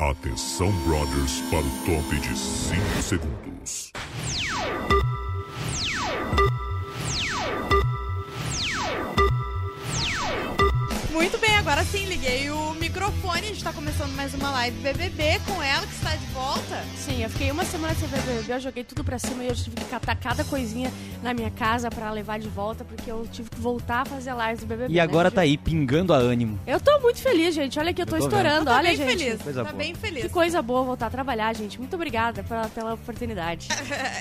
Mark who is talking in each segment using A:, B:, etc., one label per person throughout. A: Atenção, brothers, para o top de 5 segundos.
B: Muito bem, agora sim, liguei o microfone. A gente tá começando mais uma live BBB com ela, que está de volta.
C: Sim, eu fiquei uma semana sem ver BBB, eu joguei tudo pra cima e eu tive que catar cada coisinha na minha casa pra levar de volta, porque eu tive que voltar a fazer lives do BBB.
D: E
C: né,
D: agora
C: gente?
D: tá aí, pingando a ânimo.
C: Eu tô muito feliz, gente. Olha que eu tô,
D: Eu tô
C: estourando,
B: tá
C: olha,
B: bem
C: gente.
B: feliz,
D: coisa
B: tá
D: boa.
B: bem
C: Que
B: feliz.
C: coisa boa voltar a trabalhar, gente. Muito obrigada pela, pela oportunidade.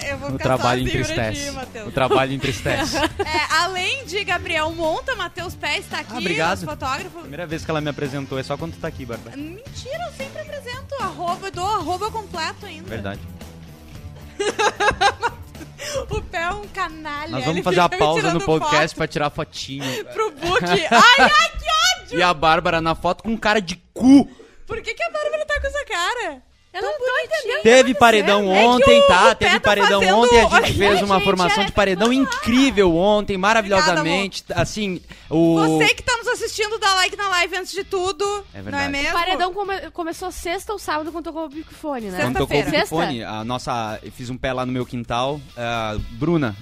B: Eu vou
D: O
B: ficar
D: trabalho
B: só assim pra ti,
D: entristece. O
B: Matheus.
D: trabalho entristece.
B: É, além de Gabriel Monta, Matheus Pé está aqui,
D: Ah, obrigado.
B: os fotógrafos.
D: Primeira vez que ela me apresentou, é só quando tu tá aqui, Bárbara.
B: Mentira, eu sempre apresento arroba, eu dou arroba completo ainda.
D: Verdade.
B: O pé é um canalha.
E: Nós
B: ele
E: vamos fazer uma
B: fica me
E: pausa
B: tirando
E: no podcast
B: foto
E: pra tirar fotinho.
B: Pro book. Ai, ai, que ódio!
E: E a Bárbara na foto com cara de cu.
B: Por que, que a Bárbara tá com essa cara?
C: Eu não tô entendendo.
D: Teve paredão
B: É que o-
D: ontem,
B: o
D: tá?
B: Pé
D: Teve
B: tá
D: paredão
B: fazendo-
D: ontem, a
B: Olha,
D: gente fez uma
C: gente,
D: formação
C: é,
D: de paredão incrível ontem, maravilhosamente. assim, o.
B: Você que tá nos assistindo, dá like na live antes de tudo.
E: É
B: Não é
E: verdade.
B: mesmo?
C: O paredão come- começou sexta ou sábado quando tocou o microfone, né?
D: Quando tocou o
C: Sexta?
D: bicfone, a nossa. Eu fiz um pé lá no meu quintal. a Bruna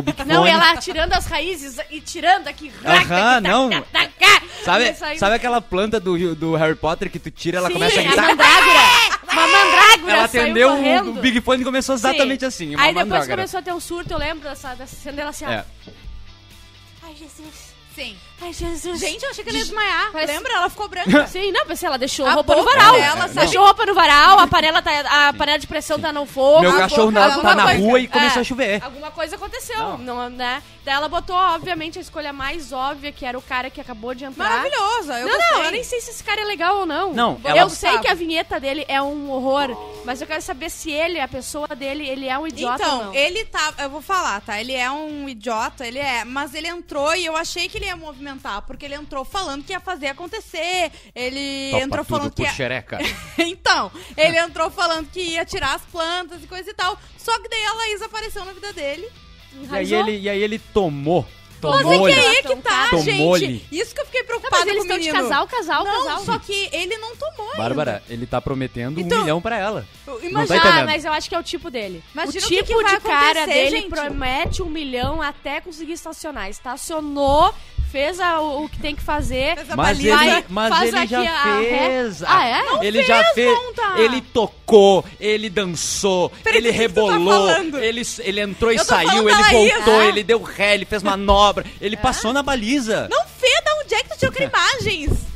D: o bicfone.
C: Não, ela tirando as raízes e tirando aqui. tá
D: Aham, não. Sabe,
C: Isso aí-
D: sabe aquela planta do, do Harry Potter que tu tira, ela
C: Sim,
D: começa a
C: a
D: gritar.
C: mandrágora. Uma mandrágora
D: Ela
C: saiu
D: atendeu o,
C: correndo.
D: o Big Fone e começou
C: Sim.
D: exatamente assim. uma
C: Aí depois
D: mandrágora.
C: começou a ter um surto, eu lembro dessa, dessa cena dela assim,
D: É.
C: ah, ai Jesus,
B: Sim.
C: ai Jesus.
B: Gente, eu achei que ele ia desmaiar.
C: Parece-
B: Lembra? Ela ficou branca.
C: Sim, não, pensei, ela deixou
B: A
C: a roupa no
B: boca
C: varal.
B: dela, sabe?
C: deixou roupa no varal, a panela, tá, a panela de pressão tá no fogo.
D: Meu
B: a
D: cachorro
B: boca,
D: Naldo
B: alguma
D: tá na
B: coisa.
D: rua e começou
C: É.
D: a chover.
C: Alguma coisa aconteceu,
D: Não.
C: não, né? Daí ela botou, obviamente, a escolha mais óbvia, que era o cara que acabou de entrar.
B: Maravilhosa. Eu
C: não,
B: gostei.
C: não, eu nem sei se esse cara é legal ou não.
D: Não,
C: eu
D: ela-
C: sei que a vinheta dele é um horror, mas eu quero saber se ele, a pessoa dele, ele é um idiota ou
B: Então,
C: não.
B: ele tá. Eu vou falar, tá? Ele é um idiota, ele é. Mas ele entrou e eu achei que ele ia movimentar, porque ele entrou falando que ia fazer acontecer. Ele
E: Topa
B: entrou
E: tudo
B: falando
E: por
B: que
C: é-
B: ia.
E: xereca.
B: então, ele entrou falando que ia tirar as plantas e coisa e tal. Só que daí a Laís apareceu na vida dele.
D: E aí
C: Enraizou?
D: ele, e aí ele tomou.
C: Mas
D: Tomou.
C: é
B: E
C: que
B: aí que
C: Então,
B: tá,
D: tá. Tomou-lhe.
B: gente. Isso que eu fiquei
C: Tá,
B: preocupada
C: mas eles
B: com o
C: estão de
B: menino.
C: casal, casal,
B: não,
C: casal.
B: só que ele não tomou ainda.
E: Bárbara, ele tá prometendo
B: Então-
E: um milhão pra ela.
B: Imagina.
E: tá
C: ah,
E: entendendo.
C: mas eu acho que é o tipo dele.
B: Imagina
C: o
B: o que
C: tipo
B: que vai
C: de cara
B: acontecer,
C: dele
B: gente.
C: promete um milhão até conseguir estacionar. Estacionou, fez a- o, o que tem que fazer.
B: Fez a
D: Mas
B: baliza.
D: ele, mas
C: faz
D: ele
C: aqui
D: já
C: a ré.
D: fez.
C: Ah, é? Não
D: ele já fez.
C: Monta.
D: Ele tocou, ele dançou,
B: Peraí,
D: ele
B: do que que tu tá
D: rebolou,
B: falando?
D: ele, s- ele entrou e
B: Eu tô
D: saiu,
B: falando da
D: ele
B: Laís.
D: voltou,
B: Ah.
D: ele deu ré, ele fez manobra, ele passou na baliza.
B: Não, Fê, da onde é que tu tirou aquelas imagens?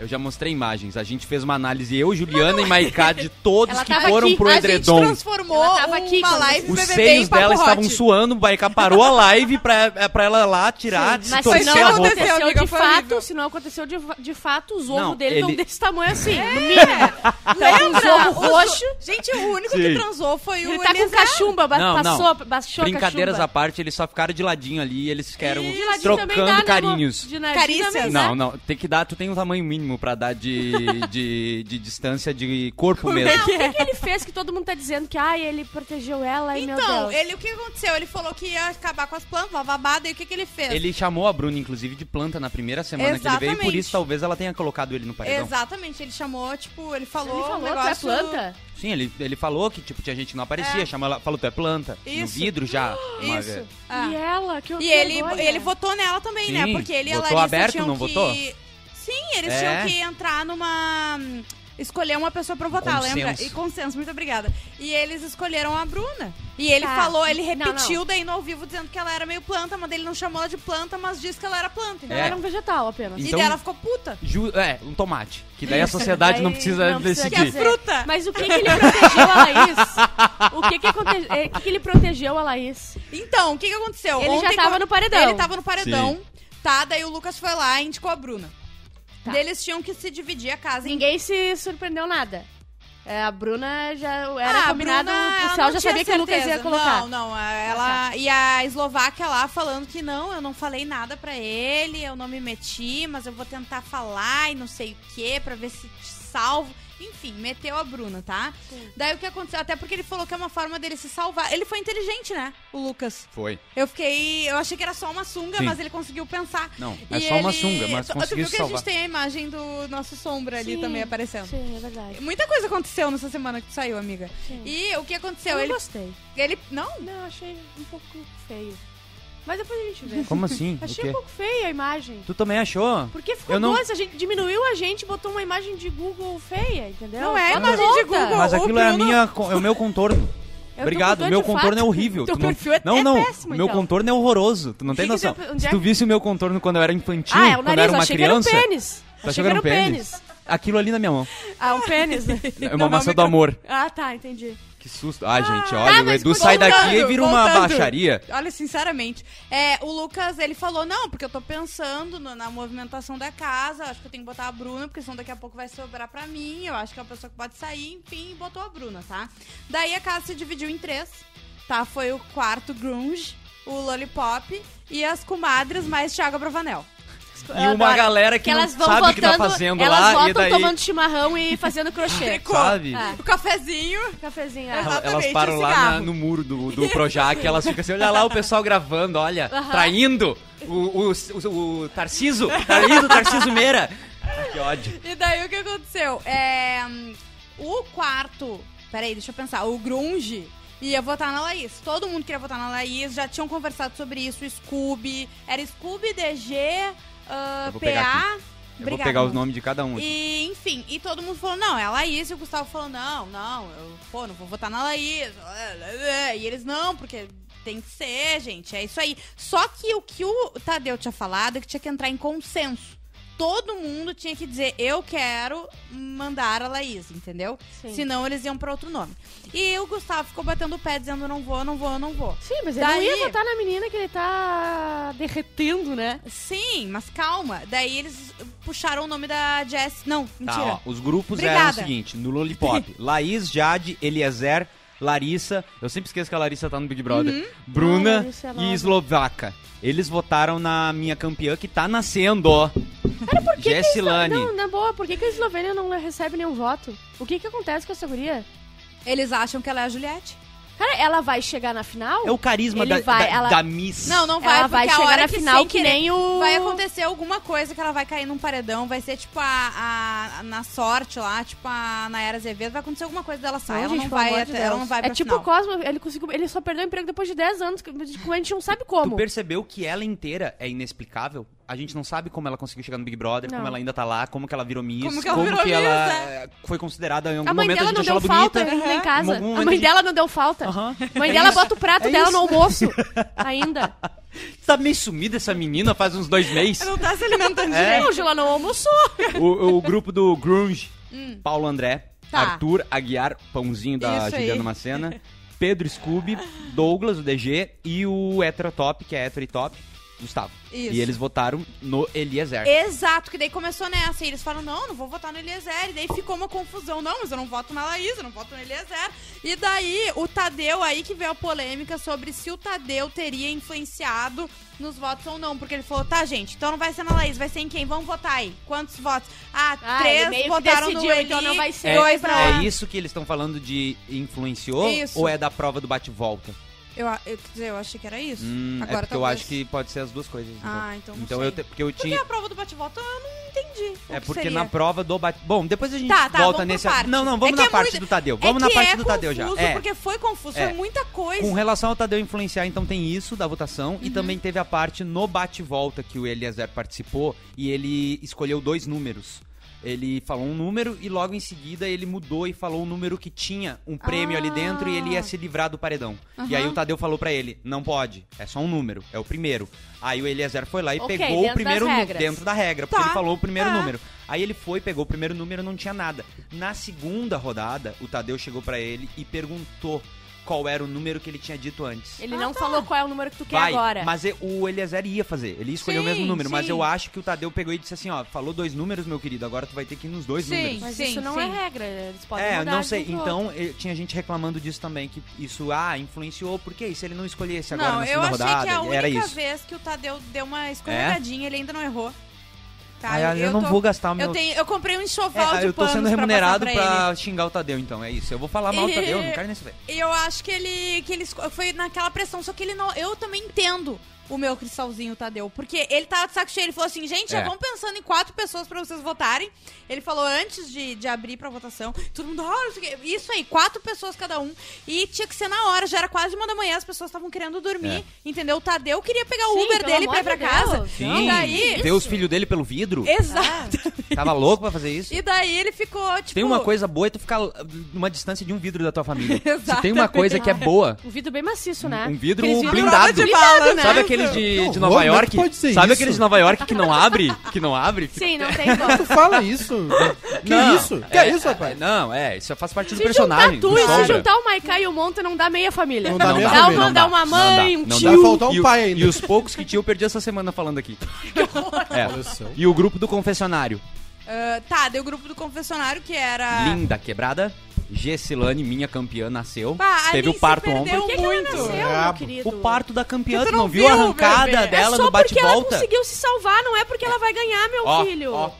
D: Eu já mostrei imagens. A gente fez uma análise, eu, Juliana e Maiká, de todos
C: Ela
D: que
C: tava
D: foram
C: aqui.
D: pro
B: a
D: edredom.
B: gente transformou
C: Ela tava aqui
B: uma
C: quando
B: live
D: Os
B: BBB
D: seios
B: em papo
D: dela
B: hot.
D: estavam suando, o Baricá parou a live pra, pra ela lá tirar,
C: Mas se
D: torcer
C: não
D: a roupa.
C: aconteceu
B: amiga,
C: de
B: foi
C: fato,
B: horrível.
C: se não aconteceu de, de fato, os ovos
D: Não,
C: dele
D: ele-
C: estão desse tamanho assim.
B: É.
C: No mínimo. Então,
B: Lembra?
C: os ovos
B: Os-
C: roxos.
B: Gente, o único
D: Sim.
B: que transou foi o
C: Ele tá com
B: Eliezer.
C: cachumba, ba-
D: Não, não.
C: passou, baixou a
D: Brincadeiras à
C: cachumba.
D: parte, eles só ficaram de ladinho ali e eles ficaram
C: De ladinho também dá,
D: trocando
C: né,
D: carinhos.
C: amor? De né? ladinho
B: Carícias.
C: também dá.
D: Não, não, tem que dar, tu tem um tamanho mínimo pra dar de, de, de distância de corpo mesmo.
C: Não, o que, que ele fez que todo mundo tá dizendo que, ai, ele protegeu ela e meu
B: Então,
C: Deus.
B: ele, o que aconteceu? Ele falou que ia acabar com as plantas, lavabada, e o que, que ele fez?
D: Ele chamou a Bruna, inclusive, de planta na primeira semana que ele veio, e por
B: Exatamente.
D: isso talvez ela tenha colocado ele no paredão.
B: Exatamente, ele chamou, tipo, ele falou,
C: Ele
B: um
C: falou que é
B: negócio...
C: planta?
D: Sim, ele, ele falou que tipo, tinha gente que não aparecia, chamou ela, falou, tu é planta. No
B: Isso.
D: vidro já. uma
B: Isso.
D: vez.
B: Ah.
C: E ela, que
B: E ele,
C: vergonha.
B: ele votou nela também, né?
D: Sim,
B: Porque ele e a
D: votou
B: Larissa
D: aberto,
B: tinham
D: não
B: que...
D: votou?
B: Sim, eles
D: É.
B: tinham que entrar numa... Escolher uma pessoa pra votar,
D: Consenso.
B: lembra? E consenso, muito obrigada. E eles escolheram a Bruna. E ele
C: Tá.
B: falou, ele
C: Não,
B: repetiu daí no ao vivo dizendo que ela era meio planta, mas ele não chamou ela de planta, mas disse que ela era planta. entendeu?
C: Ela era um vegetal apenas.
D: E-
B: E
D: É, Então-
B: daí ela ficou puta.
D: Ju- é, um tomate. Que daí a sociedade não
C: Daí
D: precisa
C: não precisa
D: decidir.
B: Que é
C: dizer.
B: fruta.
C: Mas o que, que ele protegeu a Laís? O que, que, aconte... é, o que, que ele protegeu a Laís?
B: Então, o que, que aconteceu?
C: Ele já tava
B: co-
C: no paredão.
B: Ele tava no paredão, tá? Daí o Lucas foi lá e indicou a Bruna.
C: Tá.
B: Daí eles tinham que se dividir a casa em
C: Ninguém se surpreendeu nada. É, a Bruna já era
B: Ah, a
C: combinado,
B: Bruna,
C: o
B: ela
C: pessoal
B: não
C: já
B: tinha
C: sabia que o Lucas ia
B: certeza.
C: colocar.
B: Não, não, é, ela... E a Eslováquia lá falando que não, eu não falei nada pra ele, eu não me meti, mas eu vou tentar falar e não sei o quê, pra ver se salvo. Enfim, meteu a Bruna, tá? Daí o que aconteceu? Até porque ele falou que é uma forma dele se salvar. Ele foi inteligente, né? O Lucas.
D: Foi.
B: Eu fiquei. Eu achei que era só uma sunga,
D: Sim.
B: mas ele conseguiu pensar.
D: Não, é só uma sunga, mas
B: Tu- tu
D: conseguiu
B: viu
D: se
B: que a
D: salvar.
B: gente tem a imagem do nosso sombra ali
C: Sim,
B: também aparecendo.
C: Sim, é verdade.
B: Muita coisa aconteceu nessa semana que tu saiu, amiga.
C: Sim.
B: E o que
C: Eu
B: aconteceu?
C: não
B: ele,
C: gostei.
B: ele. Não?
C: Não, achei um pouco feio. Mas depois a gente vê.
D: Como assim?
C: Achei
D: o
C: um
D: quê?
C: pouco feia a imagem.
D: Tu também achou?
C: Porque ficou
D: Eu não-
C: doce, a gente diminuiu a gente, botou uma imagem de Google feia, entendeu?
B: Não é
C: Tá
B: imagem de
C: tonta.
B: Google.
D: Mas
B: o
D: aquilo é, a
B: Bruno-
D: minha, co- é o meu contorno.
C: Eu tô
D: Obrigado,
C: contando
D: meu
C: de fato.
D: contorno é horrível.
C: Teu
D: tu não,
C: perfil é-
D: não,
C: é
D: não.
C: péssimo,
D: meu
C: então.
D: contorno é horroroso. Tu não
C: Que
D: tem
C: que
D: noção.
C: deu- onde
D: Se
C: é
D: tu
C: que-
D: visse o meu contorno quando eu era infantil,
C: Ah, é o
D: quando eu
C: nariz,
D: era uma
C: achei que era um
D: criança.
C: pênis.
D: Tu achou que era um pênis? Aquilo ali na minha mão.
C: Ah, um pênis, né?
D: É
C: Não,
D: uma
C: não,
D: maçã
C: micro-
D: do amor.
C: Ah, tá, entendi.
D: Que susto. Ah, gente,
C: tá,
B: Ah,
D: olha, o
B: mas
D: Edu sai
B: voltando,
D: daqui e vira uma
B: voltando.
D: baixaria.
B: Olha, sinceramente, é, o Lucas, ele falou, não, porque eu tô pensando no- na movimentação da casa, acho que eu tenho que botar a Bruna, porque senão daqui a pouco vai sobrar pra mim, eu acho que é uma pessoa que pode sair, enfim, botou a Bruna, tá? Daí a casa se dividiu em três, tá? Foi o quarto grunge, o lollipop e as comadres mais Thiago Bravanel.
D: E uma galera que, não
C: elas vão
D: sabe
C: votando,
D: o que tá fazendo
C: elas
D: lá
C: votam
D: e daí
C: tomando chimarrão e fazendo crochê.
D: sabe?
C: Ah,
B: O cafezinho,
C: cafezinho.
B: Aham.
C: Ah.
D: Ela- Elas
B: Exatamente,
D: param
B: o
D: lá
B: cigarro.
D: na- no muro do, do Projac, elas ficam assim, olha lá o pessoal gravando, olha, traindo o, o, o, o Tarciso, traindo o Tarciso Meira. Ah, Que ódio.
B: E daí o que aconteceu? É, hum, o quarto. Peraí, deixa eu pensar. O Grunge ia votar na Laís. Todo mundo queria votar na Laís, já tinham conversado sobre isso. O Scooby. Era Scooby, DG, ah,
D: Eu vou pegar
B: PA.
D: Eu
B: Obrigada,
D: vou pegar os
B: amor.
D: nomes de cada um. aqui.
B: E, enfim, e todo mundo falou, não, é a Laís. E o Gustavo falou, não, não, eu, pô, não vou votar na Laís. E eles, não, porque tem que ser, gente, é isso aí. Só que o que o Tadeu tinha falado é que tinha que entrar em consenso. Todo mundo tinha que dizer, eu quero mandar a Laís, entendeu?
C: Sim.
B: Senão eles iam pra outro nome. E o Gustavo ficou batendo o pé, dizendo, não vou, não vou, não vou.
C: Sim, mas ele não
B: Daí-
C: ia votar na menina que ele tá derretendo, né?
B: Sim, mas calma. Daí eles puxaram o nome da Jess. Não, mentira.
D: Tá, ó, os grupos eram o
B: Obrigada.
D: seguinte, no Lollipop, Laís, Jade, Eliezer, Larissa, eu sempre esqueço que a Larissa tá no Big Brother,
C: Ah,
D: Bruna
C: Larissa é nova.
D: e Eslovaca. Eles votaram na minha campeã que tá nascendo, ó. Gessilane.
C: Não, na boa, por que, que a Eslovênia não recebe nenhum voto? O que que acontece com essa guria?
B: Eles acham que ela é a Juliette.
C: Cara, ela vai chegar na final?
D: É o carisma
C: Ele
D: da,
C: vai,
D: da,
C: ela-
D: da Miss.
B: Não, não vai,
C: ela vai
B: porque a
C: chegar
B: hora
C: na
B: que
C: final
B: sem
C: que
B: querer-
C: nem o...
B: Vai acontecer alguma coisa que ela vai cair num paredão, vai ser tipo a, a- na sorte lá, tipo a Nayara Azevedo, vai acontecer alguma coisa dela sair,
C: Não,
B: ela,
C: gente,
B: não
C: pelo
B: vai,
C: amor de
B: até- ela
C: Deus.
B: não vai
C: É
B: pra
C: tipo
B: final.
C: o Cosmo, ele, conseguiu, ele só perdeu o emprego depois de 10 anos, que- como a gente não sabe
D: Tu
C: como.
D: percebeu que ela inteira é inexplicável? A gente não sabe como ela conseguiu chegar no Big Brother,
C: Não.
D: como ela ainda tá lá, como que ela virou Miss,
B: Como que ela virou Miss,
D: ela
B: né?
D: eh, foi considerada em algum
C: A mãe
D: momento
C: dela
D: a
C: não
D: gente
C: deu
D: achou
C: falta
D: ela bonita.
C: ainda em casa.
D: Em algum
C: a
D: momento a
C: mãe
D: gente-
C: dela não deu falta.
D: Aham.
C: Mãe dela bota o prato
D: É
C: dela
D: isso.
C: no almoço ainda.
D: Tá meio sumida essa menina faz uns dois meses.
B: Não tá se alimentando
D: É.
C: Não, Gila não Hum. almoçou.
D: o, o grupo do Grunge, Paulo André,
B: Tá.
D: Arthur Aguiar, Pãozinho da
B: Isso aí.
D: Juliana Macena, Pedro Scooby, Douglas, o DG, e o Heterotop, que é Hétero e Top, Gustavo.
B: Isso.
D: E eles votaram no Eliezer.
B: Exato, que daí começou nessa. E eles falam, não, não vou votar no Eliezer. E daí ficou uma confusão. Não, mas eu não voto na Laís, eu não voto no Eliezer. E daí o Tadeu, aí que veio a polêmica sobre se o Tadeu teria influenciado nos votos ou não. Porque ele falou, tá, gente, então não vai ser na Laís, vai ser em quem? Vamos votar aí. Quantos votos? Ah,
C: Ah, ele meio
B: três
C: que
B: votaram no
C: decidiu,
B: Eli,
C: então não vai ser.
D: É,
B: dois na...
D: é isso que eles estão falando de influenciou
B: Isso.
D: ou é da prova do bate-volta?
B: Eu, a- eu, quer dizer, eu achei que era isso.
D: Hum, é
B: Agora
D: porque eu
B: talvez-
D: acho que pode ser as duas coisas. então.
B: Ah, então não
D: então
B: sei.
D: eu te- porque eu
B: Porque
D: tinha
B: a prova do bate-volta eu não entendi. o
D: é
B: que
D: porque
B: seria.
D: na prova do bate Bom, depois a gente
B: Tá, tá,
D: volta
B: vamos
D: nesse
B: pra parte.
D: Não, não,
B: É
D: vamos
B: que
D: na
B: é
D: parte
B: muito-
D: do Tadeu.
B: É
D: Vamos na
B: que
D: parte
B: é
D: do Tadeu já.
B: confuso,
D: É.
B: Porque foi confuso,
D: É.
B: foi muita coisa.
D: Com relação ao Tadeu influenciar, então tem isso da votação
C: Uhum.
D: e também teve a parte no bate-volta que o Eliezer participou e ele escolheu dois números. Ele falou um número e logo em seguida ele mudou e falou um número que tinha um prêmio ali dentro e ele
C: Ah.
D: ia se livrar do paredão. E aí o Tadeu falou pra ele: "Não pode, é só um número, é o primeiro". Aí o Eliezer foi lá e
C: Ok,
D: pegou
C: dentro
D: o primeiro
C: das
D: nu-
C: regras.
D: dentro da regra, porque
B: Tá.
D: ele falou o primeiro
B: Tá.
D: número. Aí ele foi, pegou o primeiro número, não tinha nada. Na segunda rodada, o Tadeu chegou pra ele e perguntou qual era o número que ele tinha dito antes.
C: Ele não falou qual é o número que tu quer
D: Vai,
C: agora.
D: mas e- o Eliezer ia fazer. Ele escolheu
B: Sim,
D: o mesmo número, mas
B: sim.
D: eu acho que o Tadeu pegou e disse assim, ó, falou dois números, meu querido, agora tu vai ter que ir nos dois
B: Sim.
D: números.
C: Mas
B: Sim,
C: isso não
B: sim.
C: é regra, eles podem
D: É,
C: mudar
D: não
C: de
D: sei.
C: um pro outro.
D: Então, eh, tinha gente reclamando disso também, que isso, ah, influenciou, por que isso? Ele não escolhesse agora
B: não,
D: na
B: eu
D: segunda
B: achei
D: rodada,
B: que a
D: era
B: única
D: isso. É?
B: vez que o Tadeu deu uma escorregadinha, ele ainda não errou. Tá?
D: Ai, ai, eu, não
B: tô-
D: vou gastar meu.
B: Eu, tenho, eu comprei um
D: É,
B: enxoval de
D: eu tô
B: panos
D: sendo
B: pra
D: remunerado
B: passar
D: pra,
B: pra ele.
D: xingar o Tadeu, então, é isso. Eu vou falar mal do Tadeu, eu não quero nem saber.
B: E eu acho que ele, que ele esco- foi naquela pressão, só que ele não. Eu também entendo o meu cristalzinho, Tadeu. Porque ele tava de saco cheio, ele falou assim, gente,
D: É.
B: já vão pensando em quatro pessoas pra vocês votarem. Ele falou antes de, de abrir pra votação, todo mundo, "Ah, não sei o quê." isso aí, quatro pessoas cada um. E tinha que ser na hora, já era quase uma da manhã, as pessoas estavam querendo
D: É.
B: dormir, entendeu? O Tadeu queria pegar o
C: Sim,
B: Uber
C: pelo
B: dele pra ir
C: amor
B: pra
C: de
B: casa.
C: Deus.
B: E daí.
D: Ter os filhos dele pelo vidro?
C: É
B: Exato.
D: Tava louco pra fazer isso?
B: E daí ele ficou, tipo.
D: Tem uma coisa boa é tu ficar numa distância de um vidro da tua família. Se tem uma
B: Exatamente.
D: coisa que é boa,
C: Um vidro bem maciço, né?
D: um vidro
C: Aqueles
D: blindado.
B: prova de bala,
C: É.
B: né?
D: Sabe aqueles de,
F: Que
D: de Nova
F: horror,
D: York?
F: como é que pode ser
D: Sabe
F: isso?
D: aqueles de Nova York que não abre? Que não abre? Fica-
C: Sim, não tem como.
F: Tu fala isso? né? Que
D: Não,
F: isso? Que
D: é-
F: isso, rapaz?
D: Não, é, isso faz parte do
C: Se
D: personagem.
C: juntar tu
D: do
C: e se
D: Sombra.
C: juntar o Maiká e o Monta, não dá meia família.
F: Não dá meia
C: dá
F: família,
C: uma,
F: não
C: dá uma mãe,
D: não
C: um
D: dá, não
C: tio.
D: dá.
F: Vai faltar um
D: E o-
F: pai ainda.
D: E os poucos que tinha eu perdi essa semana falando aqui. É.
F: Coleção.
D: E o grupo do confessionário.
B: Ah, tá, deu o grupo do confessionário que
C: Ah.
B: era.
D: Linda, quebrada. Gessilane, minha campeã, nasceu.
B: Pá,
D: Teve
B: ali
D: o parto
B: se perdeu
D: ontem.
C: Por que, que ela
B: muito.
C: nasceu, meu
F: Brabo.
C: querido?
D: É, O parto da campeã,
B: Porque
D: tu
B: tu
D: não
B: não
D: viu a
B: viu,
D: arrancada
B: bebê.
D: dela
C: é só
D: no
C: porque ela
D: bate-volta?
C: conseguiu se salvar, não é porque ela vai ganhar, meu
D: Ó,
C: filho.
D: ó.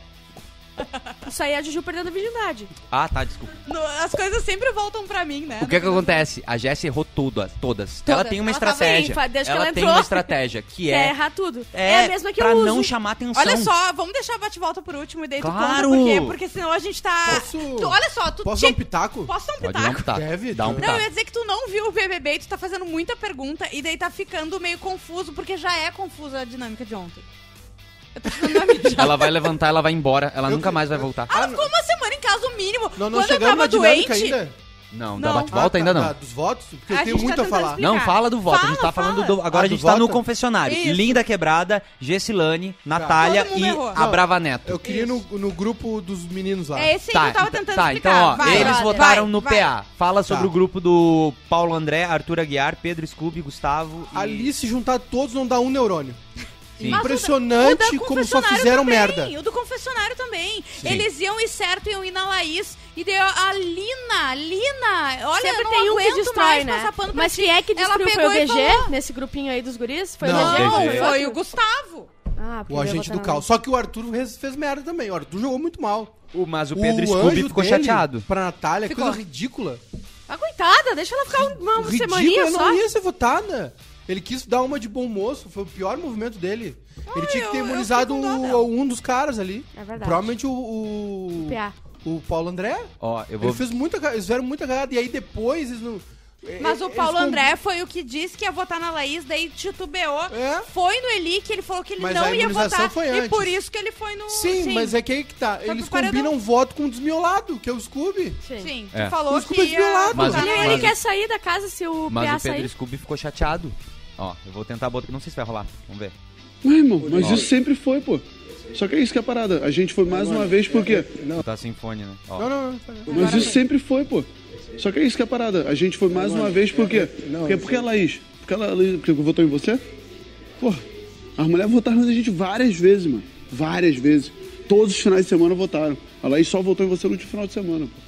C: Isso aí é a Juju perdendo a virgindade.
D: Ah, tá, desculpa.
B: No- as coisas sempre voltam pra mim, né?
D: O que que acontece? A Jéssica errou todas, todas. Ela tem uma
C: Ela tava
D: estratégia.
C: em fa- desde que
D: Ela
C: ela
D: tem
C: entrou.
D: uma estratégia que
C: Que é
D: é
C: errar tudo. É,
D: é
C: a mesma que
D: pra
C: eu uso.
D: não chamar atenção.
B: Olha só, vamos deixar o bate-volta por último e daí tu
D: Claro!
B: conta por quê? Porque senão a gente tá...
F: Posso-
B: Tu- olha só, tu
F: Posso dar
B: tinha...
F: um pitaco?
B: Posso dar um
D: Pode dar um
B: pitaco?
D: pitaco.
F: Deve,
D: Dá um
F: deve.
B: Não, eu
D: pitaco.
B: ia dizer que tu não viu o BBB e tu tá fazendo muita pergunta e daí tá ficando meio confuso, porque já é confusa a dinâmica de ontem. Eu tô ficando na mídia.
D: Ela vai levantar, ela vai embora, ela
F: Eu-
D: nunca mais vai voltar.
B: Ela ficou uma semana em casa, o mínimo.
F: Ah, Não, não
B: Quando eu
F: chegamos
B: tava
F: na dinâmica
B: doente...
F: ainda?
D: Não, da
B: Não.
D: bate-volta
F: Ah,
D: ainda
F: tá,
D: não.
F: tá, Dos votos? Porque
B: A
F: eu tenho
B: gente tá
F: muito a
B: tentando
F: falar.
B: explicar.
D: Não, fala do voto. a gente tá
B: Fala,
D: falando
B: fala.
D: do. Agora
F: Ah,
D: a gente
F: do
D: tá
F: voto?
D: no confessionário.
B: Isso.
D: Linda Quebrada, Gessilane,
F: Tá.
D: Natália
B: Todo mundo
D: e
B: errou.
D: a Brava Neto.
F: Eu queria ir no, no grupo dos meninos lá.
B: É esse aí que eu tava
D: então-
B: tentando
D: tá,
B: explicar.
D: então, ó,
B: Vai,
D: eles
B: brother.
D: votaram
B: Vai,
D: no
B: vai.
D: PA. Fala sobre
F: Tá.
D: o grupo do Paulo André, Arthur Aguiar, Pedro Scooby, Gustavo e...
F: Ali, se juntar todos, não dá um neurônio.
B: Mas o
D: Sim.
B: da-
F: Impressionante
B: o da
F: como só
B: confessionário
F: fizeram
B: também,
F: merda.
B: O do confessionário também. Eles iam ir certo, iam ir na Laís. E deu a Lina, Lina, olha,
C: Sempre
B: eu não
C: tem um que
B: aguento
C: destrói,
B: mais
C: né?
B: passar pano pra
C: Mas
B: ti.
C: quem é que
B: Ela
C: destruiu? Foi
B: pegou
C: o
B: e falou,
C: DG nesse grupinho aí dos guris? Foi
F: Não,
C: o DG?
B: Não,
D: DG.
B: foi o Gustavo.
C: Ah, porque
F: O
C: eu ia
F: agente
C: botar
F: do
C: na
F: caos. Só que o Arthur fez, fez merda também. O Arthur jogou muito mal.
D: O- Mas o Pedro Scooby
F: anjo
D: ficou
F: dele
D: chateado.
F: Pra Natália,
B: Ficou.
F: coisa ridícula.
C: Ah, coitada, deixa ela ficar um, uma,
B: é
C: uma
F: Ridícula,
C: semaninha
F: ela não
C: só.
F: ia ser votada. Ele quis dar uma de bom moço, foi o pior movimento dele. Ele tinha que ter
B: eu- eu
F: imunizado
B: fiquei com dó
F: o-
B: dela.
F: um dos caras ali.
C: É verdade.
F: Provavelmente o. O,
C: PA.
F: o Paulo André.
D: Ó, eu vou.
F: Ele fez muita, ca- eles fizeram muita cagada. E aí depois eles não.
B: Mas
F: eh,
B: o
F: eles
B: Paulo
F: com-
B: André foi o que disse que ia votar na Laís, daí titubeou.
F: É.
B: Foi no Eli que ele falou que ele
F: Mas
B: não
F: a
B: ia
F: imunização
B: votar.
F: foi
B: E
F: antes.
B: por isso que ele foi no.
F: Sim, mas é que aí que tá. Eles
B: pro paredão.
F: combinam voto com o desmiolado, que é o Scooby.
C: Sim.
B: Sim, tu
D: É.
B: falou
F: Os
B: que.
F: cubos
B: ia
F: violados.
D: Mas
B: votar
D: o-
C: Ele,
B: na
C: ele
D: Mas-
C: quer sair da casa se o PA
D: Mas o Pedro
C: sair.
D: Scooby ficou chateado. Ó, eu vou tentar botar. Não sei se vai rolar. Vamos ver.
G: Não, irmão, mas isso sempre foi, pô. Só que é isso que é a parada. A gente foi mais uma vez porque.
D: Tá sem fone, né? Ó.
F: Não, não, não. tá-
G: Mas isso sempre foi, pô. Só que é isso que é a parada. A gente foi mais uma vez porque. Porque por que a Laís? Porque ela porque votou em você? Pô, as mulheres votaram na gente várias vezes, mano. Várias vezes. Todos os finais de semana votaram. A Laís só votou em você no último final de semana, pô.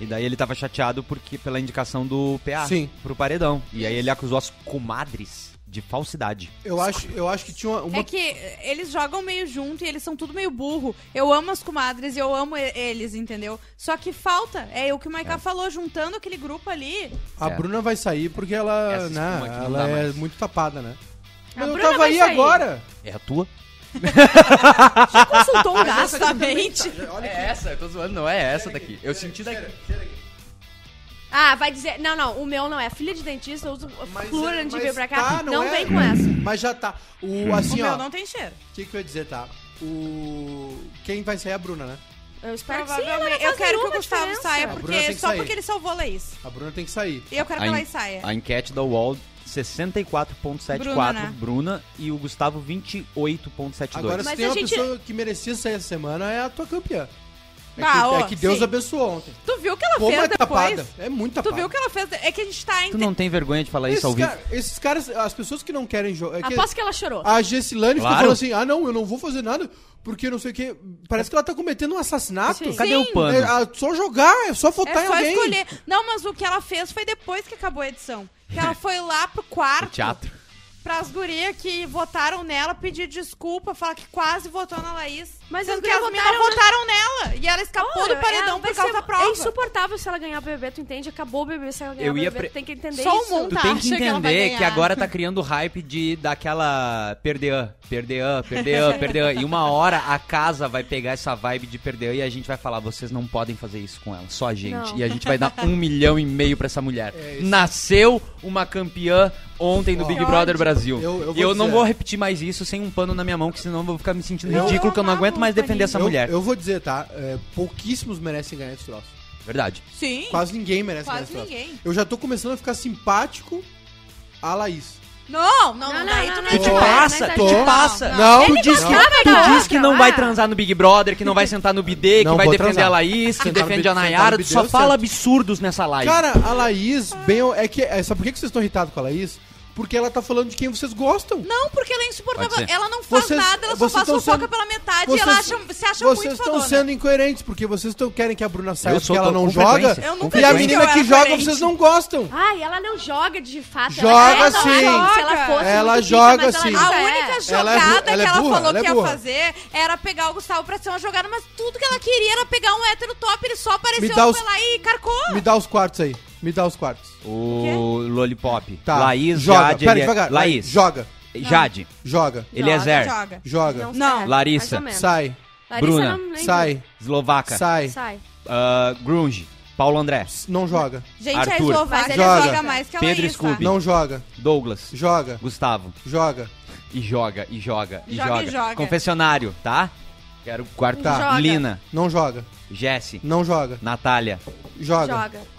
D: E daí ele tava chateado porque pela indicação do PA
F: Sim.
D: pro paredão. E aí ele acusou as comadres de falsidade.
F: Eu acho, eu acho que tinha uma. uma-
B: É que eh, eles jogam meio junto e eles são tudo meio burro. Eu amo as comadres e eu amo e- eles, entendeu? Só que falta, é o que o Maiká falou, juntando aquele grupo ali.
F: A
D: É.
F: Bruna vai sair porque ela.
D: Essa espuma
F: né,
D: aqui não
F: ela
D: dá
F: é
D: mais.
F: muito tapada, né? Mas eu
C: Bruna
F: tava
C: vai
F: aí
C: sair.
F: agora.
D: É a tua?
C: Consultou um gasto.
B: Justamente.
D: É essa, eu tô zoando, não é essa daqui. Eu senti daqui.
C: Ah, vai dizer. Não, não, o meu não é. Filha de dentista, eu uso flúor antes de
F: mas
C: vir pra cá.
F: tá,
C: não
F: não é?
C: vem com essa.
F: Mas já tá.
D: Hum.
F: O, assim,
B: o meu
F: ó.
B: não tem cheiro.
F: O que, que eu ia dizer, tá? O. Quem vai sair é a Bruna, né?
C: Eu espero que sim, ela não
B: eu quero
C: faz
B: que o
C: nenhuma
B: Gustavo
C: diferença.
B: saia,
F: É, Bruna
B: porque
F: tem que
B: só
F: sair.
B: porque ele salvou a Laís.
F: A Bruna tem que sair.
B: E eu quero que
D: A
B: ela
D: en-
B: saia.
D: A enquete da UOL, 64.74
B: Bruna, né?
D: Bruna, e o Gustavo 28.72.
F: Agora, se
C: Mas
F: tem
C: a
F: uma
C: gente-
F: pessoa que merecia sair essa semana, é a tua campeã. É,
B: Bah,
F: que, é
B: ó,
F: que Deus
B: sim.
F: abençoou ontem.
B: Tu viu o que ela
F: Como
B: fez
F: é
B: depois?
F: tapada. É muito tapada.
B: Tu viu o que ela fez? É que a gente tá
D: Tu
B: entre.
D: não tem vergonha de falar isso ao
F: esses,
D: vivo?
F: cara- esses caras, as pessoas que não querem jogar. É
B: Ah,
F: que- Ah,
C: Aposto que ela chorou.
F: A Gessilane ficou
D: Claro.
F: falando assim: ah, não, eu não vou fazer nada, porque não sei o quê. Parece que ela tá cometendo um assassinato.
C: Sim.
D: Cadê o pano?
F: É, ah, só jogar, é só votar
B: É
F: em
B: só
F: alguém.
B: escolher. Não, mas o que ela fez foi depois que acabou a edição. Que ela foi lá pro quarto.
D: O teatro.
B: pras gurias que votaram nela pedir desculpa, falar que quase votou na Laís.
C: Mas
B: sendo
C: as
B: que
C: gurias
B: as meninas
C: votaram
B: votaram nela. E ela escapou
C: Ora,
B: do paredão
C: é- vai
B: por causa
C: ser-
B: da prova.
C: É insuportável se ela ganhar o BBB, tu entende? Acabou o BBB se ela ganhar
D: Eu
C: o
D: ia
C: BBB.
D: pre-
C: Tu tem que entender
B: Só o
C: isso.
B: mundo.
D: Tu
B: Tá,
D: tem que
B: acha que ela vai
D: entender que,
B: ganhar.
D: agora tá criando hype de daquela perdeã, perdeã, perdeã, perdeã. E uma hora a casa vai pegar essa vibe de perdeã e a gente vai falar, vocês não podem fazer isso com ela, só a gente.
C: Não.
D: E a gente vai dar um milhão e meio pra essa mulher.
F: É
D: Nasceu uma campeã ontem do Big
B: que
D: Brother
B: ódio.
D: Brasil.
F: Eu- eu vou
D: e eu não
F: dizer.
D: vou repetir mais isso sem um pano na minha mão, que senão eu vou ficar me sentindo
C: Eu
D: ridículo, que eu não
C: amava
D: aguento mais
C: o Panini.
D: defender essa
F: eu,
D: mulher.
F: eu vou dizer, tá? É, pouquíssimos merecem ganhar esse troço.
D: Verdade.
B: Sim,
F: Quase ninguém merece ganhar
B: quase
F: esse troço.
B: ninguém.
F: Eu já tô começando a ficar simpático à Laís.
B: Não, não,
C: Não,
B: não,
C: não,
B: daí
C: não,
B: tu não
C: não,
B: é
D: Tu
C: Tu
D: te
F: Tô,
B: vai,
D: passa,
C: né,
D: tu te
C: Tadinho?
D: passa.
F: Não,
D: Tu diz,
C: gostava
D: que,
C: da
D: tu diz
C: outra
D: que não
C: lá.
D: vai transar no Big Brother, que não vai sentar no bidê, que
F: Não
D: vai
F: vou
D: defender
F: transar.
D: a Laís, que
F: Sentar no
D: defende
F: bidê,
D: a
F: sentar no
D: Nayara. Tu
F: bidê,
D: só
F: eu
D: fala
F: sento.
D: absurdos nessa live.
F: Cara, a Laís, bem, é que. É, sabe por que que vocês estão irritados com a Laís? Porque ela tá falando de quem vocês gostam.
B: Não, porque ela é insuportável.
D: Pode ser.
B: Ela não faz
F: Vocês-
B: nada, ela só
F: vocês
B: faz
F: tão
B: fofoca
F: sendo-
B: pela metade
F: vocês-
B: e ela acha, se acha
F: Vocês
B: muito
F: estão
B: fodona.
F: sendo incoerentes, porque vocês tão, querem que a Bruna saia
D: Eu
F: porque
D: sou
F: ela
D: to-
F: não
D: com
F: joga.
D: frequência.
B: Eu nunca
F: E
B: disse
F: a
B: que eu
F: menina que
B: era
F: joga,
B: é coerente.
F: vocês não gostam.
C: Ai, ela não joga de fato.
F: Joga
C: ela não
F: sim.
C: joga. Se ela fosse,
F: Ela
C: muito rica,
F: joga
C: mas ela
F: sim.
C: nunca
B: A
C: é.
B: única
F: Ela é
B: jogada
F: bu- ela
B: que
F: é
B: ela
F: burra,
B: falou
F: ela é
B: que ia
F: burra.
B: fazer era pegar o Gustavo pra ser uma jogada, mas tudo que ela queria era pegar um hétero top, ele só apareceu
F: Me dá os-
B: pela e carcou.
F: Me dá os quartos aí. Me dá os quartos.
D: O Lollipop.
F: Tá.
D: Laís,
F: joga.
D: Jade.
F: Pera,
D: ele-
F: devagar.
D: Laís.
F: Joga.
D: Jade.
F: Joga.
D: Eliezer.
B: Joga.
F: Joga.
B: Não.
C: sai, mais ou
D: Larissa.
C: menos.
F: Sai.
C: Larissa
D: Bruna,
C: não- nem-
F: Sai.
D: Eslovaca.
F: Sai.
C: Sai.
D: ah, Grunge. Paulo André.
F: Não joga.
B: Gente, é a
D: Arthur.
B: Eslováquia
F: Joga.
B: joga. mais que a
D: Pedro
B: Laís, tá?
D: Scooby.
F: Não joga.
D: Douglas.
F: Joga.
D: Gustavo.
F: Joga.
D: E joga, e joga, e
B: Joga
D: joga.
B: e joga.
D: Confessionário, tá? Quero o quarto.
F: Tá.
C: Joga.
D: Lina.
F: Não joga.
D: Jesse.
F: Não joga.
D: Natália.
F: Joga.
C: Joga.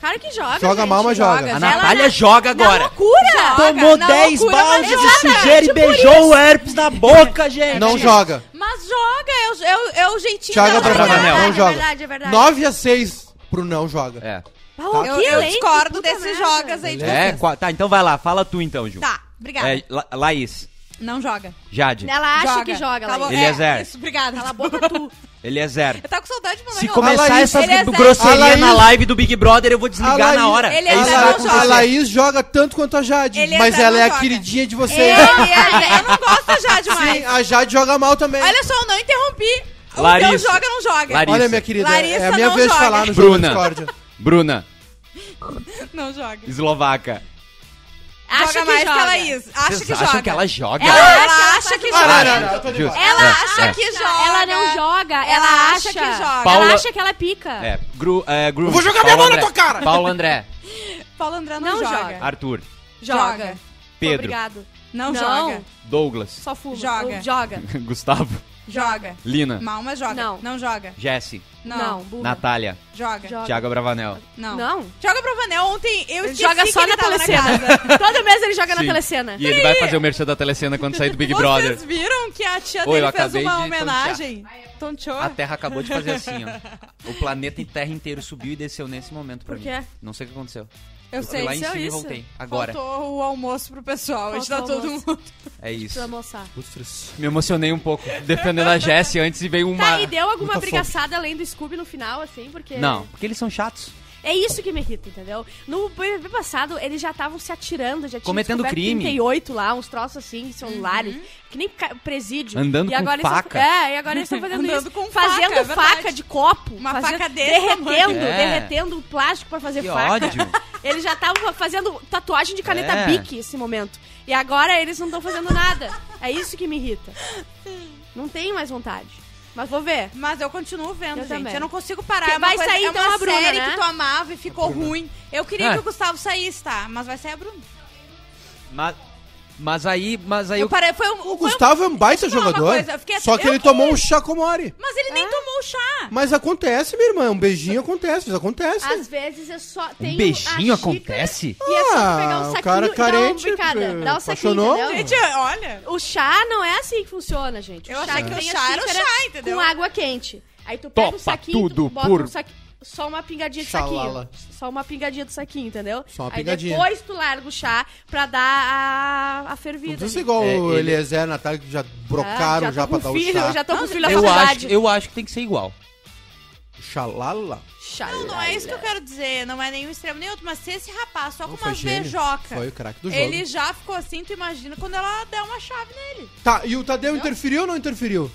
C: Claro que joga.
F: Joga
C: gente.
F: mal, mas joga.
D: A
C: Ela
D: Natália
C: na-
D: joga agora.
C: Loucura!
D: Tomou
B: na
D: 10
B: loucura,
C: é
D: baldes
B: mas
D: de
B: joga.
D: sujeira e beijou o herpes na boca, gente.
F: Não joga.
C: Mas joga, é o, é o, é o jeitinho
F: Joga pra
C: dela.
D: Bravanel.
C: É
F: Não joga.
C: verdade, é verdade.
F: 9 a 6 pro não joga.
D: É.
C: Pau,
B: Tá. Eu,
C: que
B: eu
C: elenco,
B: discordo
C: puta
B: desses
C: merda.
B: jogas aí de
D: É,
B: vocês.
D: qua- tá, então vai lá, fala tu então, Ju.
B: Tá, obrigada.
D: É, La- Laís,
B: Não joga.
D: Jade,
C: Ela acha que joga,
B: Cala-
C: Laís.
D: Ele é zero.
B: Isso, obrigada. Cala a
C: Boca tu.
D: Eliezer.
B: Eu tava com saudade de mandar
D: é Se
B: um-
D: começar
F: Laís-
D: essas
B: Eliezer.
F: A
D: grosserias
F: Laís-
D: na live do Big Brother, eu vou desligar
F: A Laís-
D: na hora.
B: Ele
D: É
B: é
D: isso que
B: zero,
D: vai
F: a, La-
D: acontecer.
F: a Laís joga tanto quanto a Jade,
B: Ele
F: mas
B: entra,
F: ela
B: não É.
F: é a
B: joga.
F: queridinha
B: Ele,
F: de
C: é
F: vocês.
B: ele, eu não gosto já demais.
F: Sim, a Jade joga mal também.
B: Olha só, eu não interrompi. O
D: Larissa.
B: não joga, não joga.
D: Larissa.
F: Olha, minha querida,
B: Larissa
F: é a minha
B: não
F: vez de
B: joga.
F: falar no jogo
D: Bruna.
F: da discórdia.
D: Bruna,
B: Não joga.
D: eslovaca.
C: Acha
B: joga
C: que
B: mais
C: joga.
B: que a Laís. Acha
D: Vocês
B: que
D: acham
B: joga.
D: que ela joga?
B: Ela, ela acha que
F: Ah,
B: joga.
F: não, não, não, eu tô de
D: Justo.
F: bola.
C: Ela
D: É,
B: acha
D: é.
B: que joga.
C: Ela não joga, ela,
B: Ela
C: acha
B: acha que joga.
D: Paula-
C: Ela acha que ela pica.
D: É, Gru, é, Gru,
F: Eu vou jogar minha mão na tua cara!
D: Paulo André,
B: Paulo André não,
C: Não
B: joga.
C: joga.
D: Arthur,
C: Joga.
D: Pedro,
C: Obrigado.
B: Não,
C: Não.
B: joga.
D: Douglas,
C: Só fuma.
B: Joga.
C: Ou Joga.
D: Gustavo,
B: Joga.
D: Lina,
B: Mal, mas joga.
C: Não.
B: joga.
D: Jesse,
C: Não, burra.
D: Natália,
B: Joga.
C: Joga.
D: Thiago Bravanel.
B: Não.
C: Não.
B: Joga pro Vanel. Ontem eu
C: Ele
B: esqueci
C: joga só
B: que ele
C: na
B: tava
C: telecena.
B: casa.
C: Todo mês ele joga na telecena.
E: E ele vai fazer o merchan da Telecena quando sair do Big
B: Vocês
E: Brother.
B: viram que a tia
E: Oi, eu
B: dele fez
E: acabei
B: uma
E: de
B: homenagem? Tonteou?
D: A Terra acabou de fazer assim, ó. O planeta e Terra inteiro subiu e desceu nesse momento pra
C: Por
D: mim.
C: quê?
D: Não sei o que aconteceu.
B: Eu
D: Fui
B: sei.
D: lá em
C: Aconteceu
D: cima e
C: isso?
D: voltei. Agora.
B: Faltou o almoço pro pessoal. A gente tá
C: Faltou o
B: todo
C: almoço.
B: mundo...
D: É isso.
C: Pra almoçar.
E: Me emocionei um pouco defendendo a Jessie antes e veio uma.
C: Tá, e deu alguma
E: muita fome.
C: brigaçada além do Scooby no final, assim, porque...
D: Não, porque eles são chatos.
C: É isso que me irrita, entendeu? No BBB passado, eles já estavam se atirando, já tinham
D: Cometendo
C: descoberto
D: crime.
C: 38 lá, uns troços assim, celulares,
B: Uhum.
C: que nem ca- presídio.
D: Andando
C: e
D: com
C: agora eles tão-
D: faca.
C: é, e agora eles estão fazendo
B: Andando
C: isso.
B: com
C: fazendo
B: faca, é verdade.
C: faca de copo.
B: Uma
C: fazendo-
B: faca desse
C: Derretendo,
D: tamanho. É.
C: derretendo o plástico pra fazer
D: Que
C: faca.
D: ódio.
C: Eles já estavam fazendo tatuagem de caneta
D: É.
C: bique esse momento. E agora eles não estão fazendo nada. É isso que me irrita. Não tenho mais vontade. Mas vou ver.
B: Mas eu continuo vendo,
C: Eu
B: gente.
C: também.
B: Eu não consigo parar.
C: Que
B: é uma
C: vai
B: coisa-
C: sair,
B: é
C: então,
B: uma
C: a Bruna,
B: série
C: né?
B: que tu amava e ficou ruim. Eu queria
D: É.
B: que o Gustavo saísse, tá? Mas vai sair a Bruna.
D: Mas, mas aí, mas aí
B: Eu
D: eu,
B: parei, foi um...
F: O
B: foi um-
F: Gustavo é um baita
B: Deixa eu falar uma
F: jogador,
B: coisa, eu fiquei-
F: só que
B: eu
F: ele tomou um chacomore.
B: Mas ele nem tomou o chá.
F: Mas acontece, minha irmã, um beijinho acontece, isso acontece.
C: Às vezes eu só tenho
D: um beijinho
C: a xícara
D: acontece?
C: Ah, E é só tu pegar
F: Ah,
C: um
F: o
C: saquinho
F: cara
C: e
F: carente,
C: dar uma
F: eh,
C: brincada. Dá um saquinho,
F: apaixonou.
C: entendeu?
B: Gente, olha...
C: O chá não é assim que funciona, gente. O
B: Eu
C: chá
B: achei que
C: tem
B: o
C: a
B: chá era o
C: xícara
B: chá, entendeu?
C: Com água quente. Aí tu pega o
D: Topa
C: saquinho,
D: tudo
C: tu bota
D: por-
C: um saquinho. Só uma pingadinha de
F: Xalala.
C: saquinho. Só uma pingadinha do saquinho, entendeu?
F: Só uma
C: Aí
F: pingadinha.
C: depois tu larga o chá pra dar a, a
F: Não
C: fervida.
F: precisa ser igual
D: É,
F: o
D: ele-
F: Eliezer, a Natália, que já brocaram
C: Ah,
F: já,
C: tô
F: pra
C: né? com
F: dar o
C: filho,
F: chá.
C: Já tô com filho na
D: Eu acho,
C: faculdade.
D: eu acho que tem que ser igual.
F: Xalala.
C: chato.
B: Não, não é isso que eu quero dizer. Não é nenhum extremo nem outro. Mas se esse rapaz só com
F: foi
B: uma
F: gênio.
B: beijoca,
F: Foi o craque do jogo.
B: ele já ficou assim, tu imagina quando ela der uma chave nele.
F: Tá, e o Tadeu interferiu ou não interferiu?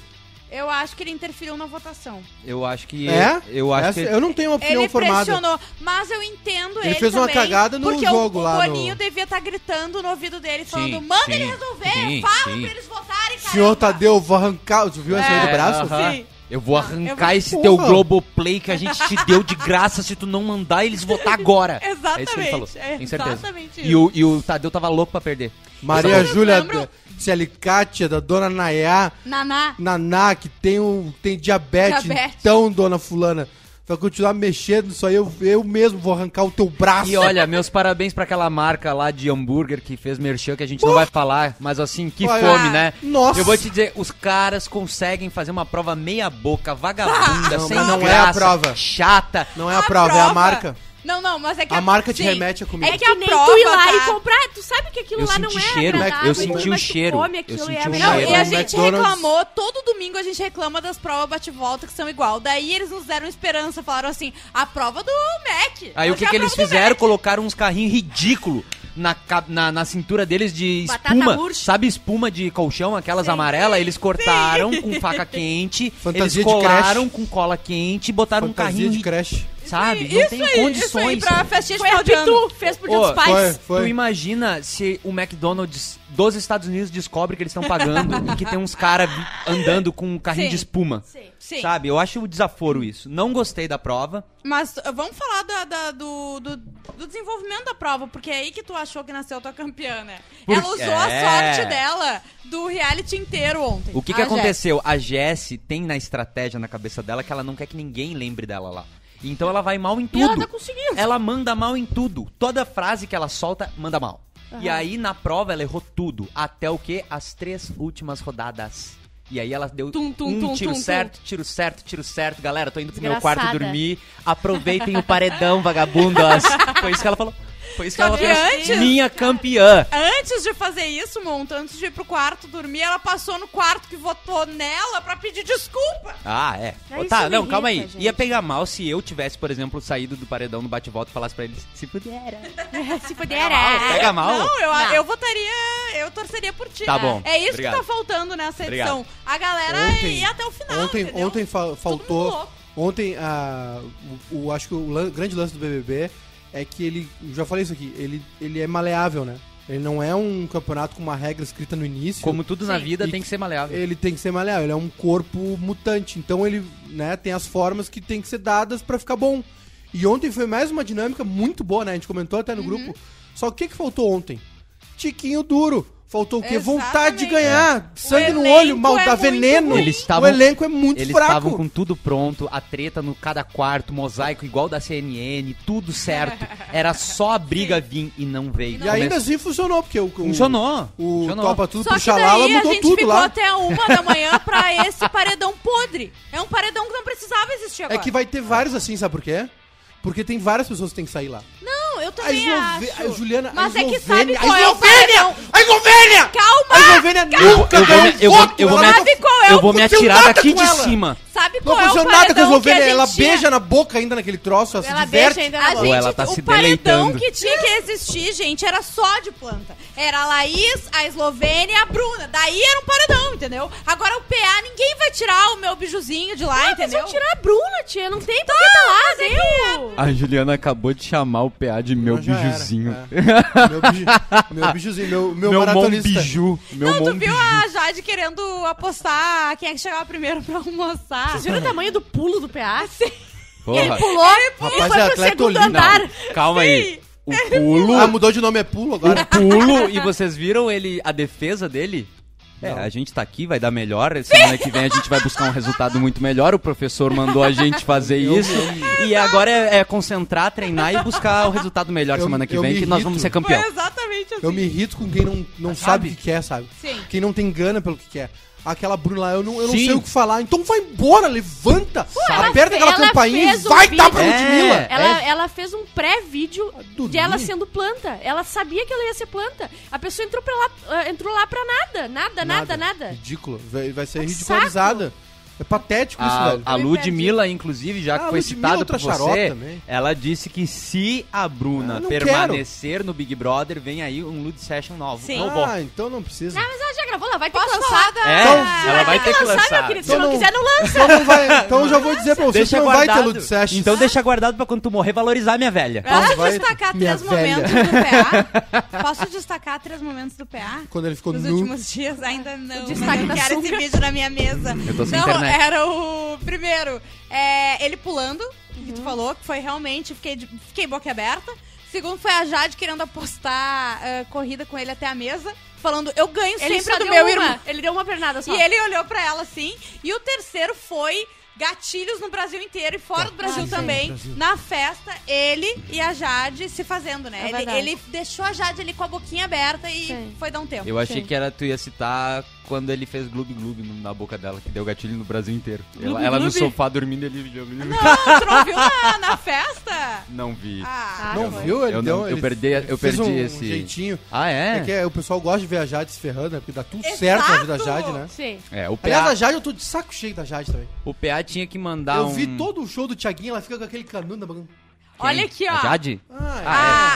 B: Eu acho que ele interferiu na votação.
H: Eu acho que.
F: é?
H: Eu acho
F: Essa-
H: que.
F: Eu não tenho uma opinião
B: ele
F: formada.
B: pressionou, mas eu entendo ele.
F: é Ele fez uma
B: também,
F: cagada no
B: porque
F: jogo
B: o,
F: lá
B: O
F: no-
B: Boninho devia estar gritando no ouvido dele, falando:
D: Sim,
B: manda ele
D: sim,
B: resolver,
D: sim,
B: fala
D: sim.
B: pra eles votarem, cara.
F: Senhor tá Tadeu, vou arrancar. Tu viu essa
C: É.
F: aí do braço?
D: É, aham.
B: Sim. Ah,
D: Eu vou
B: eu
D: arrancar
B: vou-
D: esse teu
F: Porra.
D: Globoplay que a gente te deu de graça se tu não mandar eles votar agora.
B: Exatamente.
D: É isso que ele falou.
B: É
D: Tenho certeza.
B: exatamente
D: E o, e o Tadeu tava louco pra perder.
F: Maria
B: Eu só
F: Júlia
B: lembro-
F: se Alicate, da dona Nayá,
B: Naná.
F: Naná, que tem, o, tem diabetes,
B: Diabetes.
F: então, dona fulana, vai continuar mexendo nisso aí, eu, eu mesmo vou arrancar o teu braço.
D: E olha, meus parabéns pra aquela marca lá de hambúrguer que fez merchan, que a gente não vai falar, mas assim, que
F: Olha.
D: fome, né?
F: Nossa.
D: Eu vou te dizer, os caras conseguem fazer uma prova meia boca, vagabunda,
F: Não,
D: sem
F: mas não é a
D: graça,
F: prova.
D: chata.
F: Não é a, prova, é a marca.
B: Não, não, mas é que
F: A marca
B: sim.
F: te remete à comida.
B: É que,
C: que
B: a
C: nem
B: prova,
C: tu ir lá
B: tá?
C: e comprar. Tu sabe que aquilo
D: Eu
C: lá não
D: senti
C: é
D: cheiro.
C: agradável.
F: Eu senti
C: mas
D: o
C: tu
D: cheiro.
C: Come aquilo
D: Eu
C: e é
D: senti o
B: Não,
D: cheiro.
B: e a
F: Vai no
B: gente
F: McDonald's.
B: reclamou, todo domingo a gente reclama das provas bate-volta que são igual. Daí eles nos deram esperança, falaram assim, a prova do Mac.
D: Aí o
B: Hoje
D: que,
B: é a
D: que eles
B: prova do
D: fizeram?
B: Mac.
D: Colocaram uns carrinhos ridículos na, ca- na, na cintura deles de
C: Batata
D: espuma.
C: murcha.
D: Sabe espuma de colchão, aquelas amarelas? Eles cortaram com faca quente,
F: Fantasia
D: eles
F: de creche.
D: colaram com cola quente, botaram um
F: Fantasia
D: carrinho,
F: de
D: ri-
F: creche.
D: sabe? não
B: Isso
D: tem
B: aí,
D: condições.
B: isso aí
F: né?"
B: pra festinha de
C: Foi a
B: final de ano.
C: Pitu, fez pro Dia dos
D: Ô,
F: Foi,
C: Pais.
F: foi.
D: Tu imagina se o McDonald's dos Estados Unidos descobre que eles estão pagando e que tem uns caras andando com um carrinho
B: Sim.
D: de espuma.
B: Sim,
D: Sabe? Eu acho um desaforo isso. Não gostei da prova.
B: mas uh, vamos falar da- da- do, do- do desenvolvimento da prova, porque é aí que tu achou que nasceu tua campeã, né?
D: Por-
B: Ela usou
D: É.
B: a sorte dela do reality inteiro ontem. Ah,
D: O
C: Ah,
D: que, que
B: a Jéssica.
D: aconteceu? A Jessie tem na estratégia na cabeça dela que ela não quer que ninguém lembre dela lá. Então ela vai mal em tudo.
C: E ela tá conseguindo.
D: Ela manda mal em tudo. Toda frase que ela solta, manda mal. E aí, na prova, ela errou tudo. Até o quê? As três últimas rodadas. E aí ela deu
C: Tum, tum,
D: um
C: tum,
D: tiro
C: tum,
D: certo, tiro certo, tiro certo. Galera, tô indo pro meu
C: Desgraçada.
D: quarto dormir. Aproveitem o paredão, vagabundas. Foi isso que ela falou. Foi isso que ela
B: Só que
D: fez.
B: antes-
D: Minha campeã.
B: Antes de fazer isso, Monta, antes de ir pro quarto dormir, ela passou no quarto que votou nela pra pedir desculpa.
D: Ah, é.
C: Ah,
D: Ô,
C: isso
D: tá,
C: me
D: não,
C: irrita,
D: calma aí.
C: gente.
D: Ia pegar mal se eu tivesse, por exemplo, saído do paredão no bate-volta e falasse pra eles, se puder.
C: Se puder.
D: Pega mal.
B: né? Não, eu,
C: É. Não.
B: eu votaria, eu torceria por ti.
D: Tá bom,
B: É isso
D: obrigado.
B: que tá faltando nessa
D: Obrigado.
B: edição. A galera
F: Ontem-
B: ia até o final,
F: ontem
B: entendeu?
F: ontem fa-
B: mundo
F: faltou.
B: louco.
F: Ontem, ah, o, o- acho que o lan- grande lance do BBB é que ele. Já falei isso aqui, ele, ele é maleável, né? Ele não é um campeonato com uma regra escrita no início.
D: Como tudo na
C: Sim.
D: vida,
F: E-
D: tem que ser maleável.
F: Ele tem que ser maleável, ele é um corpo mutante. Então ele, né, tem as formas que tem que ser dadas pra ficar bom. E ontem foi mais uma dinâmica muito boa, né? A gente comentou até no
B: Uhum.
F: grupo. Só que o que, que faltou ontem? Tiquinho duro. Faltou o quê? Vontade de
B: Exatamente.
F: ganhar. Sangue no
B: elenco
F: olho, mal
B: é
F: dá
B: muito
F: veneno.
B: ruim.
D: Eles
F: o
D: estavam-
F: elenco é muito
D: Eles
F: fraco.
D: estavam com tudo pronto, a treta no cada quarto, mosaico igual da CNN, tudo certo. Era só a briga vir e não veio.
F: E ainda
D: Come-
F: assim funcionou, porque o, o,
D: Funcionou.
F: o
D: funcionou.
F: Topa Tudo
B: Só
F: pro
B: que daí
F: Xalala
B: a
F: mudou
B: gente
F: tudo
B: ficou
F: lá.
B: até uma da manhã pra esse paredão podre. É um paredão que não precisava existir
F: É
B: agora.
F: que vai ter vários assim, sabe por quê? Porque tem várias pessoas que tem que sair lá.
B: Não, eu
F: A,
B: também
F: Eslove...
B: acho.
F: a Juliana...
B: Mas
F: a
B: é que sabe
F: Eslovênia-
B: qual
F: a
B: é o paredão.
F: A Eslovênia! A
B: Calma!
F: Eslovênia
D: Eu vou-
F: né? nunca
D: eu vou
F: ganhou
D: me- eu vou-
F: voto,
D: eu vou
F: ela
D: me-
F: não-
B: Sabe qual é
D: Eu
B: o...
D: vou me
F: aconteceu
D: atirar
F: nada
D: daqui
F: com
D: de
F: ela.
D: cima.
B: Sabe
F: Não
B: qual é
C: um
F: aconteceu
B: o
F: nada com a
B: paredão que a
F: Eslovênia. Ela
B: gente tinha?
F: beija na boca ainda naquele troço, ela,
C: Ela
F: se diverte.
C: beija ainda
B: A
C: na boca.
D: Ou ela tá
B: gente-
D: se
B: o paredão
D: deleitando.
B: que tinha que existir, gente, era só de planta. Era a Laís, a Eslovênia e a Bruna. Daí era um paredão, entendeu? Agora o PA, ninguém vai tirar o meu bijuzinho de lá,
C: Mas
B: entendeu? Ah, é
C: eu tirar a Bruna, tia. Não tem porque tá lá, deu.
D: A Juliana acabou de chamar o PA de meu
F: Mas já era, é. Meu, biju, meu bijuzinho, meu, meu, maratonista.
D: Meu
B: Não, tu viu a Jade é querendo apostar quem é que chegava primeiro pra almoçar?
C: Vocês viram o tamanho do pulo do PA?
D: Porra.
C: Pulou e
F: Rapaz,
C: foi
F: é
C: pro
F: atleta
C: segundo
F: olímpico.
C: andar.
D: Não, calma aí. O pulo.
F: Ah, mudou de nome, é pulo agora?
D: O pulo, e vocês viram ele a defesa dele? É,
F: Não.
D: a gente tá aqui, vai dar melhor. Semana que vem a gente vai buscar um resultado muito melhor. O professor mandou a gente fazer
F: Eu-
D: isso. E agora é, é concentrar, treinar e buscar o resultado melhor
F: Eu-
D: semana que
F: eu
D: vem,
F: me
D: que nós
F: irrito.
D: vamos ser
B: Foi
D: campeão.
C: é.
B: exatamente assim.
F: Eu me irrito com quem não, não
D: Sabe?
F: sabe o que quer, sabe?
B: Sim.
F: Quem não tem gana pelo que quer. Aquela Bruna lá, eu não, eu não
D: Sim.
F: sei o que falar. Então vai embora, levanta,
C: ela
F: aperta
C: fe-
F: aquela
C: ela
F: campainha e
C: fez um
F: vai dar pra
D: vídeo.
F: Ludmilla. Ah,
D: É.
C: Ela, ela fez um pré-vídeo
F: dormir?
C: de ela sendo planta. Ela sabia que ela ia ser planta. A pessoa eh, entrou, pra lá, ah, entrou lá pra nada. Nada, nada, nada.
F: Ridículo. Vai, vai ser ridicularizada. É patético isso,
D: A,
F: velho.
D: a Ludmilla, inclusive, já que
F: Ah,
D: foi
F: Ludmilla,
D: citada
F: outra
D: por
F: xarota
D: você,
F: também.
D: ela disse que se a Bruna
F: Ah, não
D: permanecer no Big Brother, vem aí um Lud Session novo.
B: Sim.
D: novo.
F: Ah, então não precisa.
C: Mas ela já gravou, ela vai ter
B: Posso
C: que lançar.
B: falar da...
D: É, ela vai ter que
C: lançar,
D: lançar.
C: meu querido. Se
F: Então
C: não
F: não-
C: quiser, não lança.
F: Então, não vai, então já vou dizer pra vocês que
D: Deixa
F: não vai ter
D: guardado.
F: Lud Sessions.
D: Então deixa guardado pra quando tu morrer valorizar, minha velha.
B: Posso
F: Vai,
B: destacar
F: minha
B: três momentos do PA? Posso destacar três momentos do PA?
F: Quando ele ficou
B: Nos
F: nu.
B: últimos dias, ainda não.
C: destaque
B: mas eu
C: da
B: quero
C: sunga.
B: esse vídeo na minha mesa.
D: Eu tô sem
B: não,
D: internet.
B: era o. Primeiro, é, ele pulando, que
C: Uhum.
B: tu falou, que foi realmente. Fiquei, de- fiquei boquiaberta. Segundo, foi a Jade querendo apostar ah, corrida com ele até a mesa, falando: Eu ganho
C: Ele
B: sempre
C: só
B: do
C: deu
B: meu
C: uma.
B: irmão.
C: Ele deu uma pernada só.
B: E ele olhou pra ela assim. E o terceiro foi gatilhos no Brasil inteiro e fora do Brasil
C: Ah, sim.
B: também. Na festa, ele e a Jade se fazendo,
C: É
B: né? ele,
C: verdade.
B: ele deixou a Jade ali com a boquinha aberta e
C: Sim.
B: foi dar um tempo.
D: Eu achei
C: Sim.
D: que era tu ia citar quando ele fez Gloob Gloob no- na boca dela, que deu gatilho no Brasil inteiro. ela ela no sofá dormindo ele.
B: Não, tu não viu na, na festa?
D: Não vi.
B: Ah,
F: Não
B: foi.
F: viu? Ele
D: Eu
F: deu,
D: não- eu
F: ele
D: perdi- eu
F: fez
D: perdi
F: um
D: esse-
F: jeitinho.
D: Ah,
F: É.
D: é?
F: que é, o pessoal gosta de ver a Jade se ferrando, né? Porque dá tudo certo na vida da Jade, né?
C: Sim.
D: É, o
F: Aliás, a
D: PA,
F: Jade, eu tô de saco cheio da Jade também.
D: o PA tinha que mandar
F: eu
D: um...
F: vi todo o show do Thiaguinho, ela fica com aquele canudo. na mão.
B: Olha aqui, ó.
D: A É Jade? é.
F: Ah,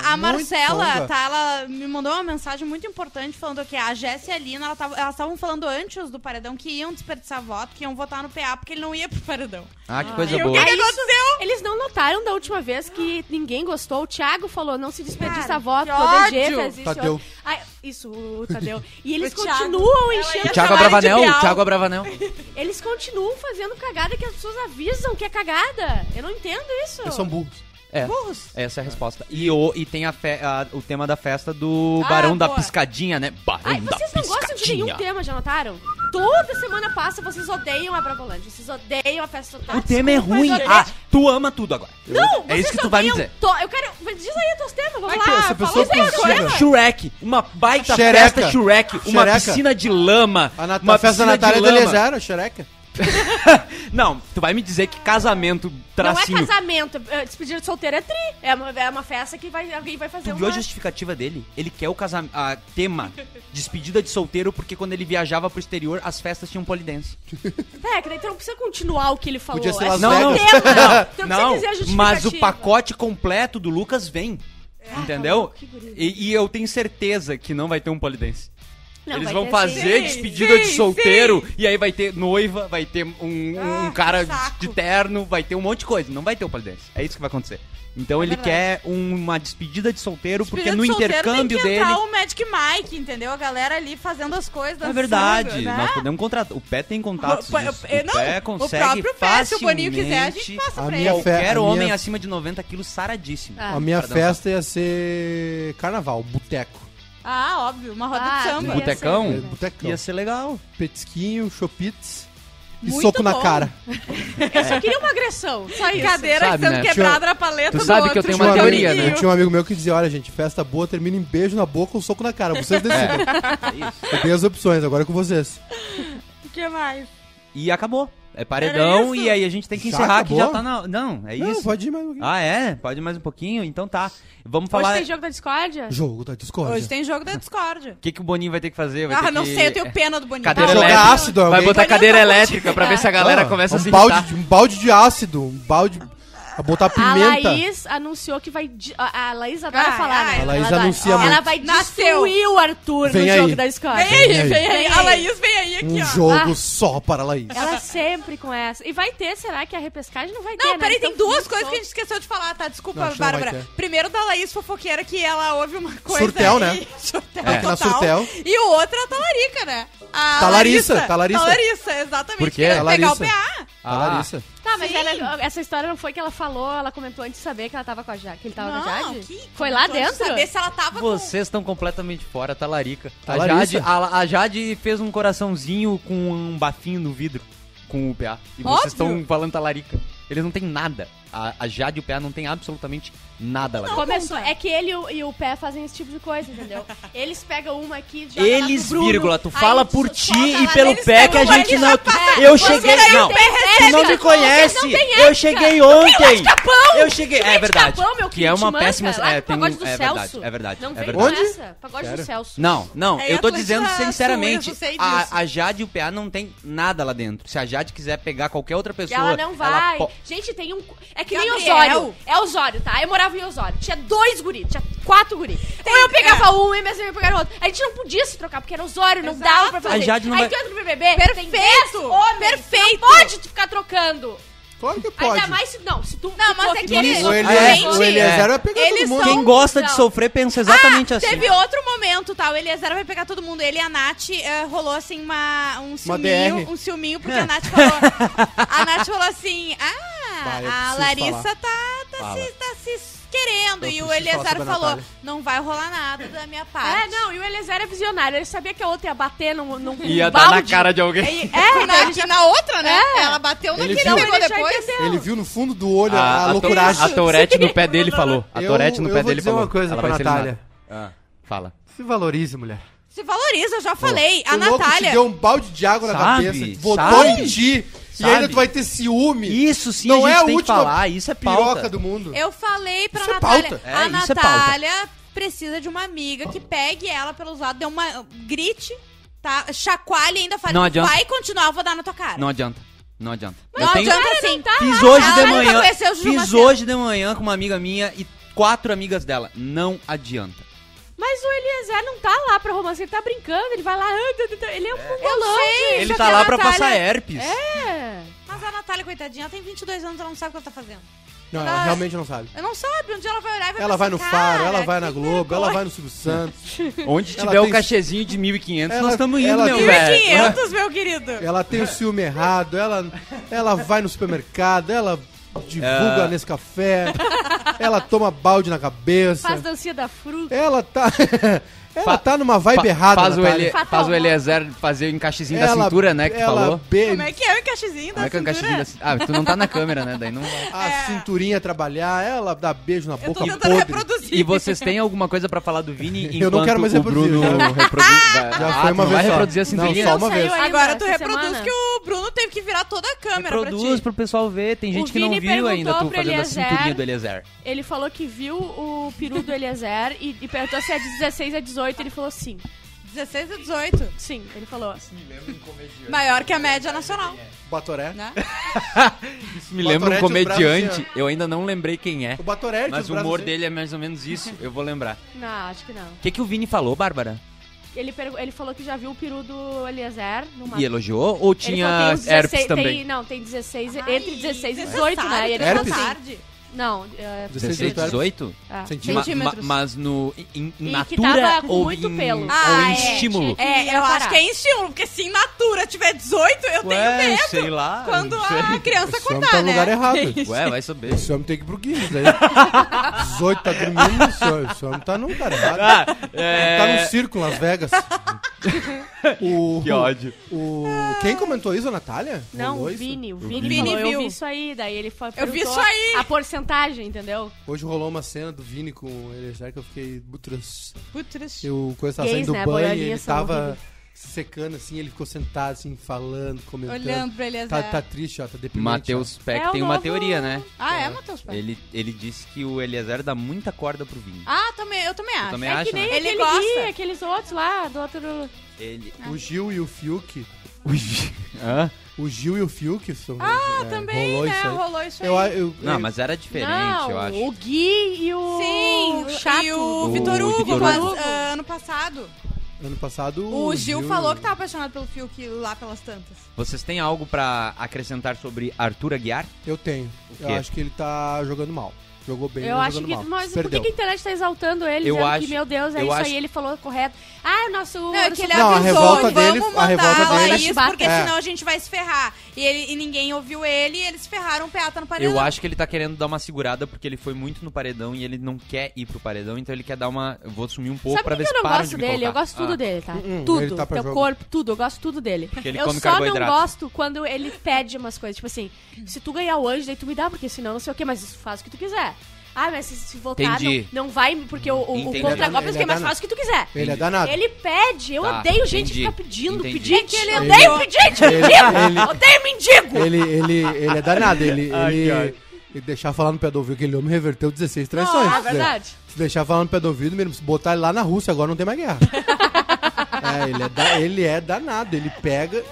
B: A, a
F: muito
B: Marcela,
F: songa.
B: tá, ela me mandou uma mensagem muito importante falando que a Jéssica e a Lina, ela tava- elas estavam falando antes do paredão que iam desperdiçar voto, que iam votar no PA porque ele não ia pro paredão.
D: Ah, que coisa
B: E o
D: boa.
B: que, que
C: Aí-
B: aconteceu?
C: É Eles não notaram da última vez que ninguém gostou. O Thiago falou, não se desperdiça
B: Cara,
C: voto,
B: que
C: o DG
B: ódio.
C: faz isso.
F: Tadeu.
C: Ah, isso, o Tadeu. E eles
B: O Thiago.
C: continuam
B: Ela
C: enchendo
B: ia
D: O Thiago
B: Trabalho de
D: Abravanel, o
B: Bial.
D: Thiago Abravanel.
C: Eles continuam fazendo cagada que as pessoas avisam que é cagada. Eu não entendo isso.
F: Eles são burros.
D: É, essa é a resposta. E, o, e tem a fe- a- o tema da festa do
B: Ah,
D: Barão da
B: boa.
D: Piscadinha, né? Barão
C: Ai, vocês
D: da
C: não gostam de
D: Piscadinha.
C: nenhum tema, já notaram? Toda semana passa, vocês odeiam a Bravolândia, vocês odeiam a festa total.
D: O tema é ruim. Ah, tu ama tudo agora.
C: não,
D: é
C: vocês
D: isso que tu vai me
C: odeiam
D: dizer.
C: to- Eu quero. Diz aí os teus temas, vamos
F: Ai,
C: lá.
F: que um essa
C: fala
F: pessoa
C: os teus
F: possível.
C: temas.
D: Shrek, uma baita
F: Xereca.
D: festa Shrek, uma
F: Xereca.
D: piscina de lama,
F: A, Nat-
D: uma
F: a festa da
D: piscina
F: Natália é
D: de lama.
F: Delezero, xereca.
D: Não, tu vai me dizer que casamento
C: Não é
D: tracinho.
C: casamento, é, despedida de solteiro é tri. É uma, é uma festa que vai, alguém vai
F: é
C: fazer
D: Tu
C: uma...
D: viu a justificativa dele? Ele quer o casamento, tema despedida de solteiro porque quando ele viajava pro exterior as festas tinham polidense.
C: É, que daí tu não precisa continuar o que ele falou.
F: Podia ser
C: é
F: Las
C: só
F: Vegas.
C: o
D: não,
C: tema. Tu não,
D: não,
C: precisa dizer a justificativa.
D: mas o pacote completo do Lucas vem.
B: É,
D: Entendeu?
C: tá louco, que guri.
D: E, e eu tenho certeza que não vai ter um polidense.
C: Não,
D: Eles
C: vai
D: vão
C: ter
D: fazer
B: sim.
D: despedida
B: Sim,
D: de solteiro e aí vai ter noiva, vai ter um, um
B: Ah,
D: cara
B: saco.
D: de terno, vai ter um monte de coisa. Não vai ter o polidense. É isso que vai acontecer.
B: É
D: Então ele quer um- uma despedida de solteiro porque
B: Espírito
D: no
B: solteiro
D: intercâmbio
B: tem que
D: dele.
B: entrar o Magic Mike, entendeu? A galera ali fazendo as coisas.
D: É
B: dançando,
D: verdade,
B: né?
D: nós podemos contratar. O pé tem contatos.
B: O- o-
D: disso.
B: eu-
D: o pé
B: não,
D: consegue
B: o próprio pé, se o Boninho quiser, a gente
D: facilmente
B: passa
F: A
B: pra
F: minha
B: ele.
F: fé-
D: Qualquer
F: a
D: homem
F: minha-
D: acima de 90 quilos saradíssimo.
C: Ah.
F: A minha
D: Pra dançar.
F: festa ia ser carnaval, boteco. É,
B: Ah, óbvio, uma roda
C: Ah,
B: de samba.
C: ia ser,
D: é? Botecão?
B: assim.
C: né?
F: Botecão.
D: Hum. Ia ser legal.
F: Petisquinho, chopites e
B: Muito
F: soco na
B: bom.
F: cara.
C: Eu só queria uma agressão, só isso.
B: Cadeira
D: Sabe,
B: sendo
D: né?
B: quebrada na paleta
D: Tu
B: do
D: sabe que
B: outro. é
D: eu tenho uma
B: do teu
D: teoria,
B: amiguinho.
D: né?
F: Tinha um amigo meu que dizia, olha gente, festa boa termina em beijo na boca ou soco na cara. Vocês decidem. Eu tenho as opções, agora é com vocês.
B: O que mais?
D: E acabou. É paredão
B: isso?
D: e aí a gente tem que
F: Já
D: encerrar que já
F: acabou?
D: tá na. Não, é
F: Não,
D: isso.
F: pode ir mais um pouquinho.
D: Ah, é? Pode mais um pouquinho? Então tá. Vamos
C: Hoje
D: falar.
C: tem jogo da discórdia?
F: Jogo da discórdia.
B: Hoje tem jogo da Discord.
D: O que, que o Boninho vai ter que fazer? Vai
B: Ah,
D: ter
B: não
D: que-
B: sei, eu tenho um pena do Boninho. Tá
D: Cadeira
F: Vai
B: Não,
F: jogar
D: elétrica.
F: ácido,
D: Vai
F: alguém?
D: botar
B: Boninho
D: cadeira
B: não
D: elétrica pra ver se a galera
F: Ah,
D: começa a se
F: um
D: irritar.
F: balde, de- um balde de ácido, um balde... A botar
C: A
F: pimenta.
C: Laís anunciou que vai... di- A a Laís adora
B: Ah,
C: falar,
B: ah,
C: né?
F: A Laís
C: Ela adora.
F: anuncia
C: Ela
F: muito.
C: vai
B: Nasceu.
C: destruir o Arthur
F: Vem
C: no
F: aí.
C: jogo da discórdia.
B: Vem aí,
F: Vem
B: vem
C: aí.
B: aí. A Laís vem aí aqui,
F: Um
B: ó.
F: jogo
C: Ah.
F: só para Laís.
C: Ela sempre com essa. E vai ter, será que a repescagem não vai ter?
B: Não,
C: né?
B: peraí,
C: Então,
B: tem duas
C: tudo
B: coisas que a
C: bom.
B: gente esqueceu de falar, tá? Desculpa,
F: Não, acho que não vai
B: Bárbara.
F: ter.
B: Primeiro da Laís fofoqueira, que ela ouve uma coisa.
F: Surtel,
B: e-
F: né?
B: Surtel tá
F: É. Na
B: total.
F: Surtel.
B: E o outro é a Talarica, né? A
F: Talariça, talariça.
B: Talariça, exatamente.
D: Por quê?
B: Querendo pegar o
F: Talariça.
B: PA.
F: A Larissa.
C: Tá, mas
B: Sim.
C: ela- essa história não foi que ela falou, ela comentou antes de saber que ela tava com a Jade, que ele tava com a
B: Não,
C: Tá Jade?
B: que-
C: foi lá
B: tô de
C: dentro?
B: Saber se ela tava
D: Vocês estão completamente fora, tá larica. A
F: Talariça.
D: Jade, a, a Jade fez um coraçãozinho com um bafinho no vidro com o PA. E
B: Óbvio.
D: vocês estão falando talarica. tá Eles não têm nada. A, a Jade e o PA não tem absolutamente nada lá dentro.
C: Começou. É que ele e o, e o Pé fazem esse tipo de coisa, entendeu? Eles pegam uma aqui, jogam lá pro
D: Eles,
C: Bruno,
D: vírgula, tu
C: aí
D: fala
C: tu
D: por
C: solta
D: ti
C: lá
D: e
C: dentro,
D: pelo
C: eles
D: pé que a
C: pegam
D: gente
C: eles
D: não.
C: na
D: tu-
C: pé.
D: eu
C: Vocês
D: cheguei.
C: aí
D: Não,
C: têm
D: tu não
C: ética,
D: me
C: vocês
D: conhece.
C: não têm
D: Eu
C: ética.
D: cheguei
C: Não tem
D: ontem.
C: Lascapão.
D: Eu cheguei.
C: Que
D: É verdade.
C: Lascapão, meu,
D: Que é uma
C: Kitimanca,
D: péssima.
C: lá
D: É,
C: do
D: tem-
C: pagode do
D: é verdade.
C: Celso.
D: É verdade.
C: Não
D: é
C: vem
D: verdade.
C: com essa. Pagode do
F: Sério?
C: Celso.
D: Não, não,
B: É
D: eu tô
B: Atlântida
D: dizendo
B: Sul,
D: sinceramente,
B: eu sei disso.
D: a, a Jade e o PA não tem nada lá dentro. Se a Jade quiser pegar qualquer outra
C: E
D: pessoa,
C: Ela não vai.
D: po-
C: Gente, tem um. É que nem
B: Gabriel.
C: Osório. É Osório, tá? Eu morava em Osório. Tinha dois guri, tinha quatro guri. Ou eu pegava um e minhas amigas pegaram outro. A gente não podia se trocar, porque era Osório, não
B: é. Exato.
C: dava pra fazer.
D: A Jade não
C: Aí
D: vai-
C: tu entra no BBB, tem
B: Perfeito,
C: 10 homens.
B: perfeito.
C: Não pode tu ficar trocando.
F: Claro que
C: Ainda
F: pode.
C: mais se. Não, se tu.
B: Não, mas é que eles-
F: O
B: Ele- é
F: Eliezer,
B: Gente,
F: o Eliezer é vai pegar
B: eles
F: todo mundo.
B: são-
D: Quem gosta de
C: um Não. Ah, um-
D: sofrer pensa exatamente assim.
B: Teve outro momento, tá? O Eliezer vai pegar todo mundo. Ele e a Nath eh, rolou assim uma, um ciúminho,
F: DR.
B: um ciúminho, porque a Nath falou. a Nath falou assim: Ah,
F: Bah, eu
B: a
F: preciso
B: Larissa
F: falar."
B: tá, tá, se, tá se querendo.
F: Eu
B: e o
F: preciso falar
B: Eliezer
F: sobre a
B: falou:
F: Natália.
B: Não vai rolar nada da minha parte.
C: É, não, e o Eliezer era visionário. Ele sabia que a outra ia bater num. num
D: Ia
C: Um balde.
D: dar na cara de alguém.
C: E- É,
B: Na, na outra, né?
C: É.
B: Ela bateu
F: Ele
B: naquele
F: viu-
B: pegou
C: Ele já
B: depois.
C: entendeu.
F: Ele viu no fundo do olho a,
D: A, a, to-
F: loucuragem.
D: a Tourette no pé dele falou. A
F: Eu-
D: Tourette no
F: eu
D: pé
F: vou
D: dele
F: dizer
D: falou.
F: uma coisa
D: Ela
F: pra
D: vai ser eliminada.
F: Natália.
D: Ah, fala.
F: Se valorize, mulher.
B: Se valoriza, eu já falei.
F: o
B: a
F: louco
B: Natália.
F: te deu um balde de água na
D: Sabe,
F: cabeça, votou
D: sabe,
F: em ti,
D: sabe.
F: e ainda tu vai ter ciúme.
D: Isso sim
F: Não
D: a gente
F: é a
D: tem que
F: última
D: falar, isso é
F: piroca
D: pauta.
F: do mundo.
B: Eu falei pra
F: Isso é
B: Natália.
F: pauta.
D: É,
B: a
D: isso é pauta.
B: Natália precisa de uma amiga que pegue ela pelos lados, dê uma grite, tá? Chacoalhe e ainda fale.
D: Não adianta.
B: Vai continuar, eu vou dar na tua cara.
D: Não adianta. Não adianta.
B: Não
D: eu tenho,
B: adianta assim.
C: tá
D: Fiz hoje
B: Ela
D: de
B: nunca
D: manhã.
B: conheceu o Juju
D: Fiz
B: Macena.
D: hoje de manhã com uma amiga minha e quatro amigas dela. Não adianta.
C: Mas o Eliezer não tá lá pra romance, ele tá brincando, ele vai lá. ah, tá, tá, tá. Ele é um mongolão. gente.
D: Ele
B: só
D: tá
B: que a
D: lá pra
B: Natália-
D: passar herpes.
C: É.
B: Mas a Natália, coitadinha, ela tem 22 anos, ela não sabe o que ela tá fazendo.
F: Não, ela realmente não sabe.
B: Ela não sabe onde ela vai olhar e vai
F: Ela vai no
B: pensar,
F: Faro,
B: "Cara,
F: ela vai na
B: que
F: Globo, ela
B: vergonha."
F: vai no Silvio Santos.
D: Onde
F: Ela
D: tiver o
F: tem-
D: cachezinho de 1.500,
F: Ela-
D: nós estamos indo,
F: ela
D: meu
F: tem-
D: velho.
B: 1.500, meu querido.
F: Ela tem o ciúme errado, ela, ela vai no supermercado, ela divulga
D: É.
F: nesse café, ela toma balde na cabeça.
C: Faz dancinha da fruta.
F: Ela tá. ela
D: Fa-
F: tá numa vibe errada,
D: faz, o
F: Natália.
D: Ele,
C: Fatal.
D: faz o Eliezer fazer o encaixezinho da
F: Ela-
D: cintura, né? Que tu
F: ela
D: falou.
F: be-
B: Como é que é o encaixezinho da
D: Como é que
F: um
D: é o
B: cintura?
D: encaixezinho da cintura? Ah, tu não tá na câmera, né? Daí não vai.
F: A cinturinha trabalhar, ela dá beijo na
B: é? Eu
F: boca
B: tô tentando
F: podre.
B: reproduzir.
D: E vocês têm alguma coisa pra falar do Vini enquanto
F: Eu não quero mais
D: o
F: reproduzir,
D: Bruno
F: já-
D: reproduz... vai-
F: Já
D: ah,
F: foi
D: tu
F: uma
D: não
F: vez
D: vai
F: só.
D: reproduzir a
F: Não,
D: cinturinha?
F: só uma vez.
B: Agora tu reproduz que o Bruno teve que virar toda a câmera pra
D: Reproduz
B: ti.
D: pro pessoal ver. Tem gente que não
C: Vini
D: viu ainda tu
C: perguntou pro
D: fazendo a
C: Eliezer.
D: cinturinha do Eliezer.
C: Ele falou que viu o peru do Eliezer e, e perguntou se é de 16 a 18. Ele falou sim.
B: 16 a 18.
C: Sim, ele falou.
B: Maior que a média nacional,
F: O Batoré.
B: né?
D: Isso me lembra um
F: Batorete, os braços
D: comediante.
F: assim,
D: Eu ainda não lembrei quem é.
F: O Batoré tinha
D: Mas
F: os
D: o
F: braços
D: humor
F: assim.
D: dele é mais ou menos isso. Eu vou lembrar.
C: Não, acho que não.
D: O que, que o Vini falou, Bárbara?
C: Ele, pergu- ele falou que já viu o peru do Eliezer numa.
D: E elogiou? Ou
C: Ele
D: tinha
C: uns 16
D: herpes também?
C: Tem, não, tem 16,
B: Ai,
C: entre 16 e
B: vocês
C: 18, né?
B: sabem,
C: E ele
B: vocês
F: Herpes?
B: sabem.
C: falou assim.
B: Tarde.
C: Não, é,
D: 16, 18?
C: ah.
D: Ma-
F: Centímetros.
D: ma-
B: Centímetros.
D: mas no in, in
C: E
D: natura
C: que tava com
D: ou
C: muito
D: em,
C: pelo.
D: ou
B: Ah,
D: em
B: é,
D: estímulo?
C: tinha-
B: É, eu
C: Ia
B: acho
C: parar.
B: que é em estímulo, porque se em natura tiver 18, eu tenho
D: Ué,
B: medo.
D: sei lá,
B: Quando
D: não
B: a
D: sei.
B: criança
F: Esse homem
B: acordar,
F: tá no
B: né?
F: lugar errado.
D: Ué, vai saber.
F: Esse homem tem que ir pro Guinness, né? 18 tá dormindo, esse homem- esse homem tá no lugar errado.
D: Ah, é.
F: Ele Tá num circo em Las Vegas. o,
D: Que ódio.
F: O, quem comentou isso, a Natália?
C: Não, o
F: Rolou isso?
C: Vini, o
B: Vini
C: Vini, falou,
B: viu.
C: eu vi isso aí, daí ele foi
B: Eu vi
C: perguntou
B: isso aí.
C: a porcentagem, entendeu?
F: Hoje rolou uma cena do Vini com o Eliezer que eu fiquei butrus.
B: Putz.
F: Eu coisa tava
C: Gays,
F: saindo do
C: né?
F: banho e
C: Boiolinha
F: ele
C: são
F: tava
C: horríveis.
F: se secando assim, ele ficou sentado assim, falando, comentando.
B: Olhando pra ele
F: Tá,
B: azar.
F: tá triste, ó, tá deprimente.
D: Matheus Peck
C: É o
D: tem uma
C: novo-
D: teoria, né?
B: Ah, é, Matheus Pé?
D: Ele, ele disse que o Eliezer dá muita corda pro Vini.
B: Ah, também, eu também acho.
D: também
C: é
D: acha,
C: que nem
D: né?
B: Ele
C: aquele
B: gosta.
C: Gui, aqueles outros lá, do outro...
D: Ele...
F: ó. O Gil e o Fiuk.
D: Hã?
F: O Gil e o Fiuk são. Ah,
B: Também,
F: rolou
B: né?
F: Isso aí.
B: Rolou isso aí.
F: Eu, eu, é,
D: Não,
F: eu-
D: mas era diferente,
C: não,
D: eu acho.
C: o Gui e o...
B: Sim,
C: o chato.
B: e o
D: O
B: Vitor Hugo,
D: Vitor
B: mas,
C: Hugo.
B: ah, ano passado.
F: Ano passado.
B: O, Gil, falou que tá- tava apaixonado pelo Fiuk lá pelas tantas.
D: Vocês têm algo pra acrescentar sobre Arthur Aguiar?
F: Eu tenho.
D: O quê?
F: Eu acho que ele tá jogando mal. Jogou bem,
C: Eu
F: mas
C: acho
F: jogando
C: que.
F: mal.
C: Mas por que
F: Perdeu.
C: que a internet tá exaltando ele?
D: Eu
C: dizendo
D: acho-
C: que, meu Deus, é
D: eu
C: isso
D: acho-
C: aí, ele falou correto. Ah, o nosso.
B: Não, é que ele
F: Não, a
B: avisou,
F: revolta
B: vamos
F: dele- a
B: mandar
F: revolta
B: lá
C: dele-
B: isso,
C: Chewbacca.
B: porque
F: É.
B: senão a gente vai se ferrar. E, ele, e ninguém ouviu ele e eles ferraram o PA no paredão.
D: Eu acho que ele tá querendo dar uma segurada porque ele foi muito no paredão e ele não quer ir pro paredão, então ele quer dar uma. Eu vou sumir um pouco
C: Sabe
D: pra
C: por
D: ver
C: que
D: se
C: eu não
D: para
C: gosto
D: de me
C: dele? Eu
D: colocar.
C: gosto tudo
D: Ah,
C: dele, tá?
F: Hum, hum, ele
C: tudo.
F: tá pra
C: teu
F: jogo.
C: corpo, tudo. Eu gosto tudo dele.
D: ele
C: eu
D: come
C: só não
D: carboidrato.
C: gosto quando ele pede umas coisas. Tipo assim, se tu ganhar o anjo, daí tu me dá, porque senão não sei o quê, mas isso faz o que tu quiser. Ah, mas se, se votar, não,
D: Entendi.
C: não vai, porque o, o,
D: Entendi.
C: o
D: Ele é
C: contra-golpe,
F: danado,
C: é, mas
F: ele é
C: faz o que tu quiser.
F: Ele é danado.
C: Ele pede, eu
D: Tá,
C: odeio gente
D: entendi.
C: que fica pedindo,
D: Entendi.
C: pedinte.
B: É que ele
C: eu
B: é
C: odeio
B: um-
C: pedinte,
F: Ele-
C: mendigo.
F: ele-
C: Odeio mendigo.
F: Ele, ele, ele é danado, ele. ele, ele deixar falar no pé do ouvido, aquele homem reverteu 16 traições.
C: Ah,
F: Se de-
C: verdade.
F: Se deixar falar no pé do ouvido, mesmo, se botar ele lá na Rússia, agora não tem mais guerra. é, ele é, da- ele é danado, ele pega.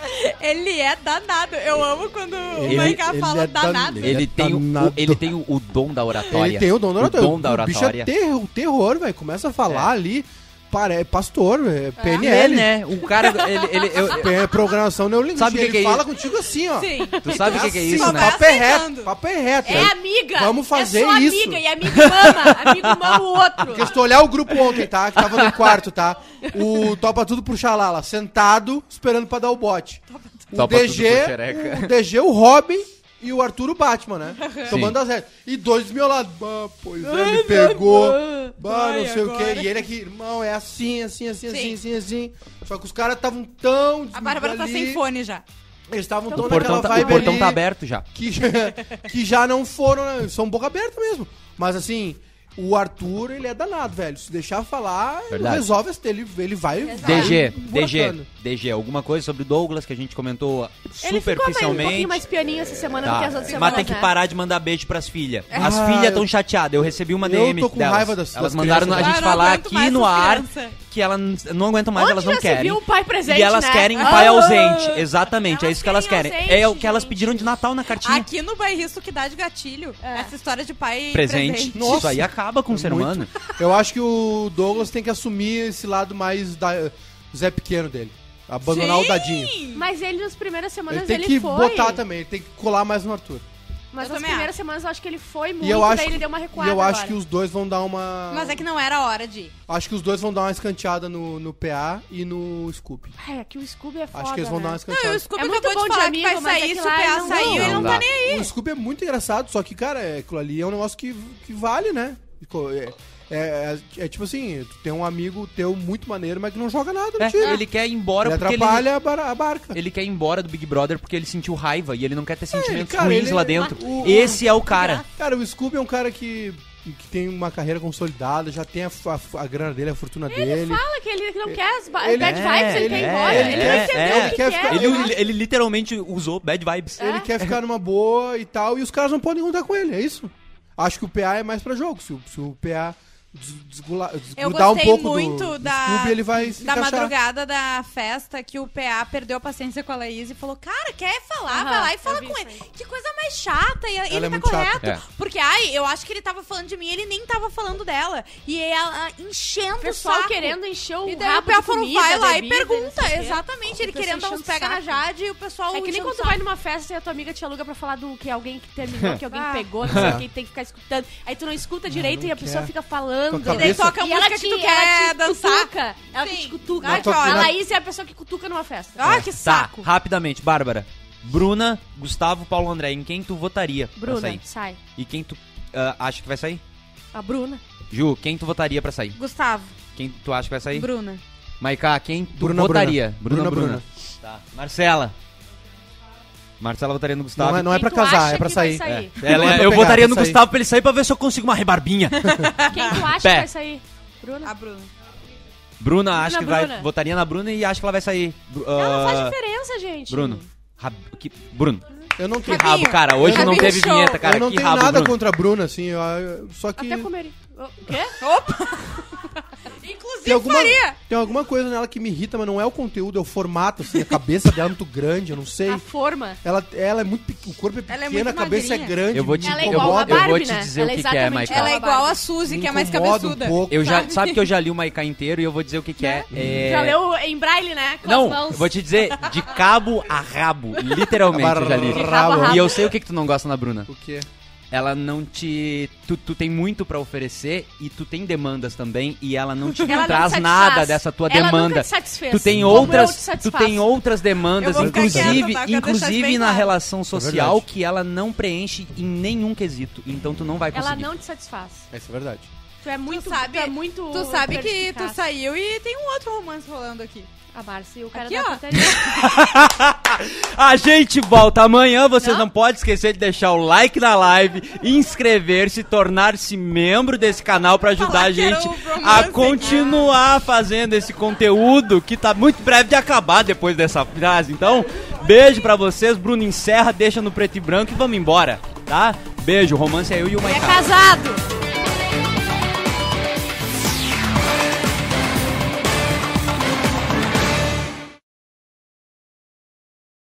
B: Ele é danado. Eu amo quando
F: Ele-
B: o Maiká
F: ele
B: fala
F: é dan-
B: danado.
F: ele-
E: Ele tem, o,
F: danado.
E: o- ele tem o, o dom da oratória.
F: Ele tem o dom da oratória.
E: O dom da
F: bicho é
E: oratória.
F: terror, o terror, velho. Começa a falar ali. Pare, é pastor, é PNL.
E: né? O cara, ele, ele- eu- eu-
F: É programação neurolinguística.
E: Sabe o que que
F: ele
E: é
F: fala
E: isso?
F: contigo assim, ó.
B: Sim.
E: tu sabe o que, que é
F: Assim,
E: isso,
F: ó,
E: né?
B: vai
F: Papo é
B: aceitando.
F: reto, papo é reto.
C: É amiga.
F: Vamos fazer
C: é só
F: isso.
C: amiga, e amigo ama. Amigo ama o outro.
F: Porque se tu olhar o grupo ontem, tá? Que tava no quarto, tá? O Topa Tudo pro Xalala, sentado, esperando pra dar o bote. O
E: Topa Tudo
F: DG,
E: pro Xereca.
F: o, o DG, o Robin e o Arthur, o Batman, né? Tomando as rédeas. E dois do meu lado. Ah, pois é, me pegou. Bah, não
B: Ai,
F: sei o
B: agora.
F: quê. E ele aqui, irmão, é assim, assim, assim, assim,
B: Sim.
F: assim, assim. Só que os caras estavam tão...
B: A Bárbara tá
F: ali,
B: sem fone já.
F: Eles estavam
C: O
F: tão
E: O portão,
F: naquela
E: tá, o
F: vibe
E: portão
F: ali
E: tá aberto já.
F: que já, que já não foram, né? são boca aberta mesmo. Mas assim, o Arthur, ele é danado, velho. Se deixar falar, ele
E: Verdade.
F: resolve, ele, ele vai.
E: DG,
F: vai
E: DG,
F: buracando.
E: DG, alguma coisa sobre o Douglas que a gente comentou
C: Ele ficou mais, um pouquinho
E: superficialmente.
C: mais pianinho essa semana do
E: Tá.
C: que as outras semanas,
D: Mas tem que
C: né? É.
D: parar de mandar beijo pras filhas. As
F: Ah,
D: filhas
F: eu-
D: tão chateadas. Eu recebi uma
F: Eu
D: DM
F: tô com
D: delas.
F: raiva das-
D: Elas
F: das
D: mandaram
F: crianças.
D: a gente
B: Ah, não
D: falar
B: aguento
D: aqui
B: mais
D: no
B: essas
D: ar
B: crianças.
D: que elas n- não aguentam mais,
C: Onde
D: elas
C: já
D: não
C: se
D: querem.
C: viu um pai presente,
D: e elas
C: né?
D: querem um pai
C: Ah!
D: ausente. Exatamente, é isso que elas
C: Elas
D: querem.
C: querem
D: é o
C: ausente,
D: que elas
C: gente.
D: pediram de Natal na cartinha.
B: Aqui no bairrista que dá de gatilho.
C: É.
B: Essa história de pai
D: presente.
B: presente.
F: Nossa.
D: Isso aí acaba com o ser humano.
F: Eu acho que o Douglas tem que assumir esse lado mais da Zé Pequeno dele. Abandonar o dadinho.
C: Mas ele nas primeiras semanas
F: Ele
C: ele,
F: tem que
C: foi.
F: botar também, ele tem que colar mais no Arthur.
C: Mas
B: Eu
C: nas
B: também
C: primeiras semanas eu acho que ele foi muito,
F: E eu acho,
C: daí ele
F: que-
C: deu uma
F: e
C: recuada.
F: eu acho
C: agora.
F: que os dois vão dar uma.
B: Mas é que não era a hora de ir.
F: Acho que os dois vão dar uma escanteada no, no PA e no Scoop.
C: Ai, aqui o Scooby é foda.
F: Acho que eles vão dar uma
C: né?
F: escanteada.
B: o Scooby
C: É muito
B: acabou
C: bom
B: de
C: de
B: falar
C: amigo,
B: que
C: mas
B: vai sair,
C: é que
B: se o
C: lá
B: PA
C: ele não-
B: saiu, ele não
E: dá.
B: tá nem aí.
F: O Scooby é muito engraçado, só que, cara, é, aquilo ali é um negócio que, que vale, né? Co- É, é- é- é tipo assim, tu tem um amigo teu muito maneiro, mas que não joga nada no
D: É,
F: time. Ele,
D: ele quer ir embora porque ele,
F: atrapalha a bar- a barca.
D: ele quer ir embora do Big Brother porque ele sentiu raiva e ele não quer ter sentimentos
F: cara,
D: ruins
F: ele-
D: lá dentro.
F: o-
D: Esse é o cara.
F: Cara, o Scooby é um cara que, que tem uma carreira consolidada, já tem a, f- a f- a grana dele, a fortuna dele.
C: Fala que ele não quer as ba-
F: Ele-
C: bad vibes, ele
F: ele-
C: quer ir
F: é,
C: embora. Ele
F: é,
C: não entendeu
F: é.
C: o que,
F: Ele
C: que
F: quer
C: é.
D: Ele,
F: ficar-
D: ele- ele literalmente usou bad vibes.
B: né?
F: Ele é quer ficar numa boa e tal, e os caras não podem contar com ele, é isso. Acho que o PA é mais pra jogo. Se o, se o PA des- desgula- desgrudar um
B: gostei
F: pouco
B: muito
F: do, do
B: da-
F: Scooby, ele vai se
B: Da
F: encaixar.
B: madrugada da festa que o PA perdeu a paciência com a Laís e falou: Cara, quer falar?
C: Aham,
B: vai lá e
C: eu
B: fala
C: vi
B: com
C: isso
B: ele. Que coisa mais chata. E ele tá
F: é muito chata.
B: correto. Porque, ai, eu acho que ele tava falando de mim, ele nem tava falando dela. E ela enchendo
C: é O
B: o
C: pessoal
B: saco.
C: querendo encher o
B: E daí o
C: rabo
B: PA
C: de
B: falou:
C: comida,
B: Vai lá e
C: bebida, não sei o
B: pergunta.
C: quê.
B: Exatamente. Ele
C: O pessoal
B: querendo dar
C: enchendo
B: uns
C: o
B: pega na
C: saco.
B: Jade e o pessoal.
C: É que nem
B: enchendo
C: quando
B: o
C: tu
B: saco.
C: vai numa festa e a tua amiga te aluga pra falar do que alguém que terminou, que alguém
B: Ah.
C: pegou, que não sei
D: É.
C: o quê, tem que ficar escutando. Aí tu não escuta direito e a pessoa
F: quer.
C: fica falando.
F: Com a
C: e
B: Daí
F: cabeça.
B: toca a
C: ela
B: música que
C: te-
B: tu
C: ela
B: quer
C: te
B: dançar.
C: Cutuca, ela que
B: Sim.
C: te cutuca.
B: Ai, que
C: a
B: ódio.
C: Laís é a pessoa que cutuca numa festa.
F: É,
B: Ah, que
D: Tá,
B: saco.
D: rapidamente, Bárbara. Bruna, Gustavo, Paulo André, em quem tu votaria pra
C: Bruna,
D: sair?
C: sai.
D: E quem tu ah, acha que vai sair?
C: A Bruna.
D: Ju, quem tu votaria pra sair?
B: Gustavo,
D: Quem tu acha que vai sair?
B: Bruna.
D: Maiká, quem tu
F: Bruna,
D: votaria?
F: Bruna.
D: Bruna,
F: Bruna,
D: Bruna. Tá. Marcela. Marcela votaria no Gustavo.
F: Não é, não é
C: Quem
F: pra
C: tu
F: casar,
C: acha
F: é pra
C: que vai
F: sair.
C: sair?
D: Ela-
F: Não é pra
D: eu
F: pegar,
D: votaria
F: pra
D: no
F: sair.
D: Gustavo pra ele sair pra ver se eu consigo uma rebarbinha.
C: Quem tu acha
D: Pé.
C: que vai sair? Bruna?
B: A Bruna.
D: Bruna, acho
C: Bruna,
D: que vai.
C: Bruna.
D: Votaria na Bruna e acho que ela vai sair. Bru-
C: Ela
D: ah,
C: faz diferença, gente.
D: Bruno. Rab- que- Bruno.
F: Eu não tenho,
D: Que rabo, cara. Hoje
B: Rabinho
D: não teve
B: show.
D: vinheta, cara.
F: eu não
D: que
F: tenho
D: rabo,
F: nada
D: Bruno.
F: contra a Bruna, assim, eu- eu- só que
C: Até comeria. O quê?
B: Inclusive,
F: tem alguma,
B: faria.
F: tem alguma coisa nela que me irrita, mas não é o conteúdo, é o formato, assim, a cabeça dela é muito grande, eu não sei.
C: A forma.
F: Ela, ela é muito, pe- o corpo é pequeno,
B: Ela é muito
F: a cabeça
B: magrinha.
F: é grande,
D: Eu vou te,
C: Ela é
D: eu
C: igual
D: vou,
C: uma
D: eu vou
C: Barbie,
D: te
C: né?
D: dizer
C: Ela
D: o
C: é
D: que, que é,
C: exatamente
D: Maiká.
B: Ela é
C: Fala,
B: igual
C: Bárbara.
B: a Suzy,
F: me
B: que é mais
F: incomoda
B: cabeçuda.
F: Um pouco.
D: Eu já,
B: Sabe?
D: sabe que eu já li o Maiká inteiro e eu vou dizer o que, que é. é...
C: Já leu em braille, né? Com as
D: Não,
C: mãos.
D: eu vou te dizer de cabo a rabo, literalmente, eu já li.
F: Rabo a
C: rabo.
D: E eu sei o que, que tu não gosta na Bruna.
F: O quê?
D: Ela não te. Tu, tu tem muito pra oferecer e tu tem demandas também e ela não te
C: Ela não
D: traz
C: te
D: nada
C: satisfaz.
D: dessa tua
C: Ela nunca
D: demanda.
C: te satisfez.
D: tu tem
C: Como eu te
D: outras, tu
C: satisfaço.
D: tem outras
B: Eu
D: demandas,
B: vou ficar
D: inclusive,
B: quieta, tá? Quero deixar isso
D: inclusive
B: bem
D: na
B: claro.
D: relação social
F: verdade.
D: que ela não preenche em nenhum quesito. Então tu não vai conseguir.
C: Ela não te satisfaz.
F: Essa é verdade.
C: Tu é muito. Tu,
B: sabe-
C: é muito.
B: Tu sabe que tu
C: perspicaz.
B: saiu e tem um outro romance rolando aqui.
C: A Márcia, e o cara
B: Aqui,
C: da
B: ó.
C: putaria.
D: A gente volta amanhã. Vocês não,
C: Não?
D: podem esquecer de deixar o like na live, inscrever-se, tornar-se membro desse canal pra ajudar
B: Falar
D: a
B: que era
D: gente
B: o romance né?
D: a
B: aqui.
D: continuar fazendo esse conteúdo que tá muito breve de acabar depois dessa frase. Então, beijo pra vocês. Bruno encerra, deixa no preto e branco e vamos embora, tá? Beijo. Romance é eu e o
C: É
D: Maicon.
C: casado.